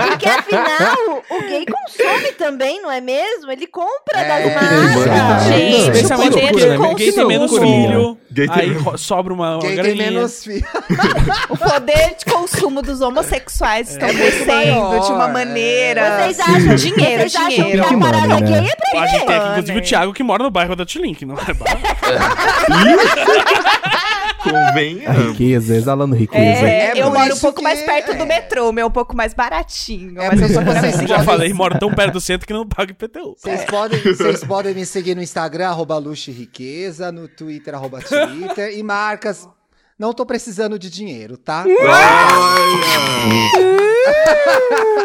C: Porque afinal, o gay consome também, não é mesmo? Ele compra das
E: É,
C: marcas.
E: exato.
D: Gente,
B: Especialmente
D: o poder
B: porque, né?
D: de
B: Gay tem menos
D: consumo.
B: filho.
A: Gay tem
B: aí
A: menos-
B: ro- sobra uma, uma
E: Quem tem
B: graninha.
A: [laughs]
E: menos filho.
D: O poder de consumo dos homossexuais
B: É.
D: está crescendo de uma
E: maior,
D: maneira.
C: Vocês acham,
D: Dinheiro,
C: vocês acham que a
D: dinheiro.
F: Dinheiro que
C: parada
F: manda, né?
C: gay é pra
B: A gente tem aqui, inclusive, o
D: Amém.
B: Thiago que mora no bairro da Tilink, não é?
F: A
B: É.
A: Convenha.
F: riqueza, exalando riqueza.
D: É,
E: É
D: eu
E: por
D: moro um
E: isso
D: pouco
E: que-
D: mais perto do
E: é.
D: metrô, meu é um pouco mais baratinho.
E: É
D: mas eu
E: por isso
D: sou
E: que vocês
B: Já
E: podem-
B: falei, mora tão perto do centro que não paga IPTU.
E: Vocês podem, vocês podem me seguir no Instagram, arroba Luxo e Riqueza, no Twitter, arroba Twitter. E marcas, não tô precisando de dinheiro, tá?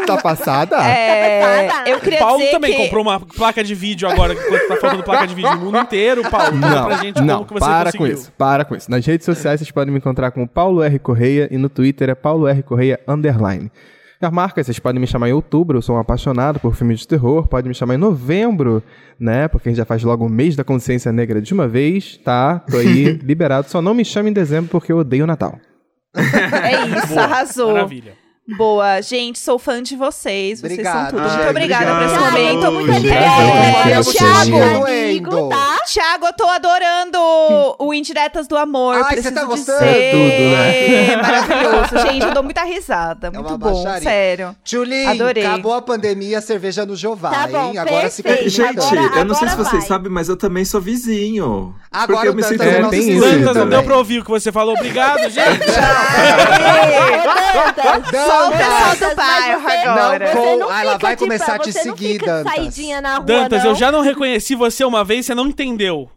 F: Tá passada?
D: É, eu queria
B: Paulo
D: dizer
B: também
D: que...
B: comprou uma placa de vídeo agora, enquanto tá faltando placa de vídeo no mundo inteiro, Paulo. Conta
F: Não,
B: pra gente
F: não,
B: como que você
F: para
B: conseguiu.
F: com isso, para com isso. Nas redes sociais vocês podem me encontrar com o Paulo R. Correia e no Twitter é Paulo R. Correia Underline. As marcas, vocês podem me chamar em outubro, eu sou um apaixonado por filmes de terror, pode me chamar em novembro, né? Porque a gente já faz logo o mês da consciência negra de uma vez, tá?
B: [laughs]
F: Tô aí liberado. Só não me chame em dezembro porque eu odeio o Natal.
D: É isso,
B: Boa,
D: arrasou.
B: Maravilha.
D: Boa, gente, sou fã de vocês, vocês são
E: Obrigado.
D: tudo. Muito
E: Ai,
D: obrigada por esse
A: obrigado.
D: momento.
C: Tô muito
A: Gente,
D: é,
E: eu
C: aliviada.
E: vou
D: Thiago,
E: seguir.
C: amigo, tá?
D: [laughs] Thiago, eu tô adorando o Indiretas do Amor.
E: Ai,
D: preciso
E: você tá
D: dizer. É
E: gostando? né?
F: Tudo,
D: Maravilhoso. Gente, eu dou muita risada.
E: É uma
D: Muito bom,
E: baixaria.
D: sério.
E: Tchulin,
D: Adorei.
E: acabou a pandemia, a cerveja no Jová,
C: Tá bom,
E: hein? Agora se
C: perfeito.
E: complica.
A: Gente,
C: Agora-
A: eu não sei se
C: agora
A: vocês
C: vai.
A: sabem, mas eu também sou vizinho.
E: Agora
A: porque eu
E: o
A: me
E: Dantas
A: sinto
E: é
A: muito
F: nosso
A: vizinho
F: vizinho
B: Dantas, não
A: também.
B: deu pra ouvir o que você falou.
D: [laughs]
B: Obrigado, gente.
C: Ô, Dantas,
D: Só o pessoal
E: Dantas,
C: Dantas,
D: do bairro
C: mas você-
D: agora.
E: Não
C: Você não
E: vou- Ah, ela
C: fica
E: vai
C: de-
E: começar a te
C: você não
E: seguir,
C: fica de
E: Dantas.
C: saidinha na rua,
B: Dantas,
C: não.
B: eu já não reconheci você uma vez, você não entendeu.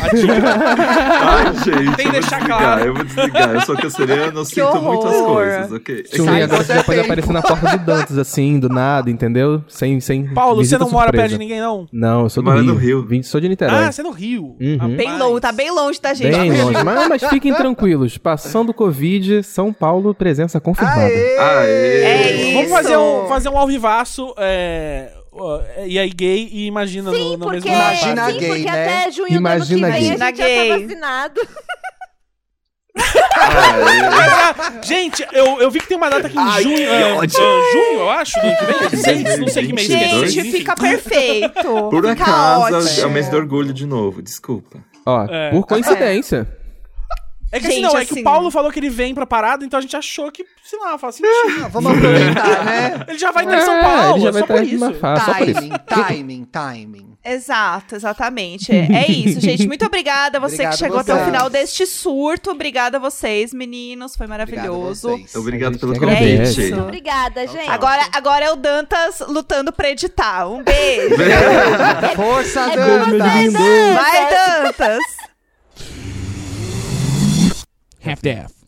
B: A dica.
A: Ai, gente,
B: Tem que
A: eu vou
B: deixar
A: desligar,
B: claro.
A: eu vou desligar. Eu sou canceriano, eu sinto muito as
D: horror.
A: coisas, ok?
F: Tchulin,
E: Sai
F: agora
E: você
F: você já pode
E: tempo.
F: aparecer na porta do Dantas, assim, do nada, entendeu? Sem, sem
B: Paulo, você
F: visita
B: não mora
F: surpresa.
B: perto de ninguém, não?
F: Não, eu sou do
A: Mora
F: Rio.
A: no Rio.
F: Vim, sou de Niterói.
B: Ah, você é no Rio.
F: Uhum.
B: Rapaz.
D: Bem longe, tá bem longe da gente.
F: Bem longe, mas, mas fiquem tranquilos. Passando o Covid, São Paulo, presença confirmada.
E: Aê!
A: Aê!
D: É isso.
B: Vamos fazer um, fazer um alvivaço. É... ó, E aí, gay e imagina no,
C: Sim,
B: no
C: porque,
B: mesmo lugar.
E: Imagina
C: sim,
E: gay,
C: porque
E: né?
C: até junho do
F: Imagina
C: ano que vem
D: gay.
C: a gente já
D: Imagina
C: tá
D: gay.
C: vacinado.
B: ah, Gente, eu, eu vi que tem uma data aqui em junho. é, é, junho, eu acho, do ano que vem. Não sei, não sei que mês que é.
A: Dois,
D: Gente,
B: enfim.
D: fica
A: [laughs]
D: perfeito.
A: Por
D: fica
A: acaso, é o
D: ótimo.
A: mês do orgulho de novo, desculpa.
F: Ó,
B: É.
F: por coincidência.
B: É que
D: Gente,
B: assim, não, é que o
D: assim-
B: Paulo falou que ele vem pra parada, então a gente achou que, sei lá, faz sentido.
E: Ah, Vamos aproveitar, né?
B: Ele já vai estar
F: É,
B: em São Paulo,
F: ele já
B: é
F: vai
B: só
F: estar
B: por
F: em uma
B: isso.
F: fa- só por isso.
E: tá, timing, timing, timing.
D: Exato, exatamente. É, é isso, gente. Muito obrigada a você
E: Obrigado
D: que chegou até o
E: vocês.
D: final deste surto. Obrigada a vocês, meninos. Foi maravilhoso.
E: Obrigado a vocês.
A: Obrigado
F: gente
A: pelo
F: que
D: É
A: convite.
D: isso.
C: Obrigada, gente.
E: tá
D: Agora, agora é o Dantas lutando pra editar. Um beijo.
E: Força,
C: É
E: Dantas!
C: com vocês,
D: Vai, Dantas!
B: Half-death.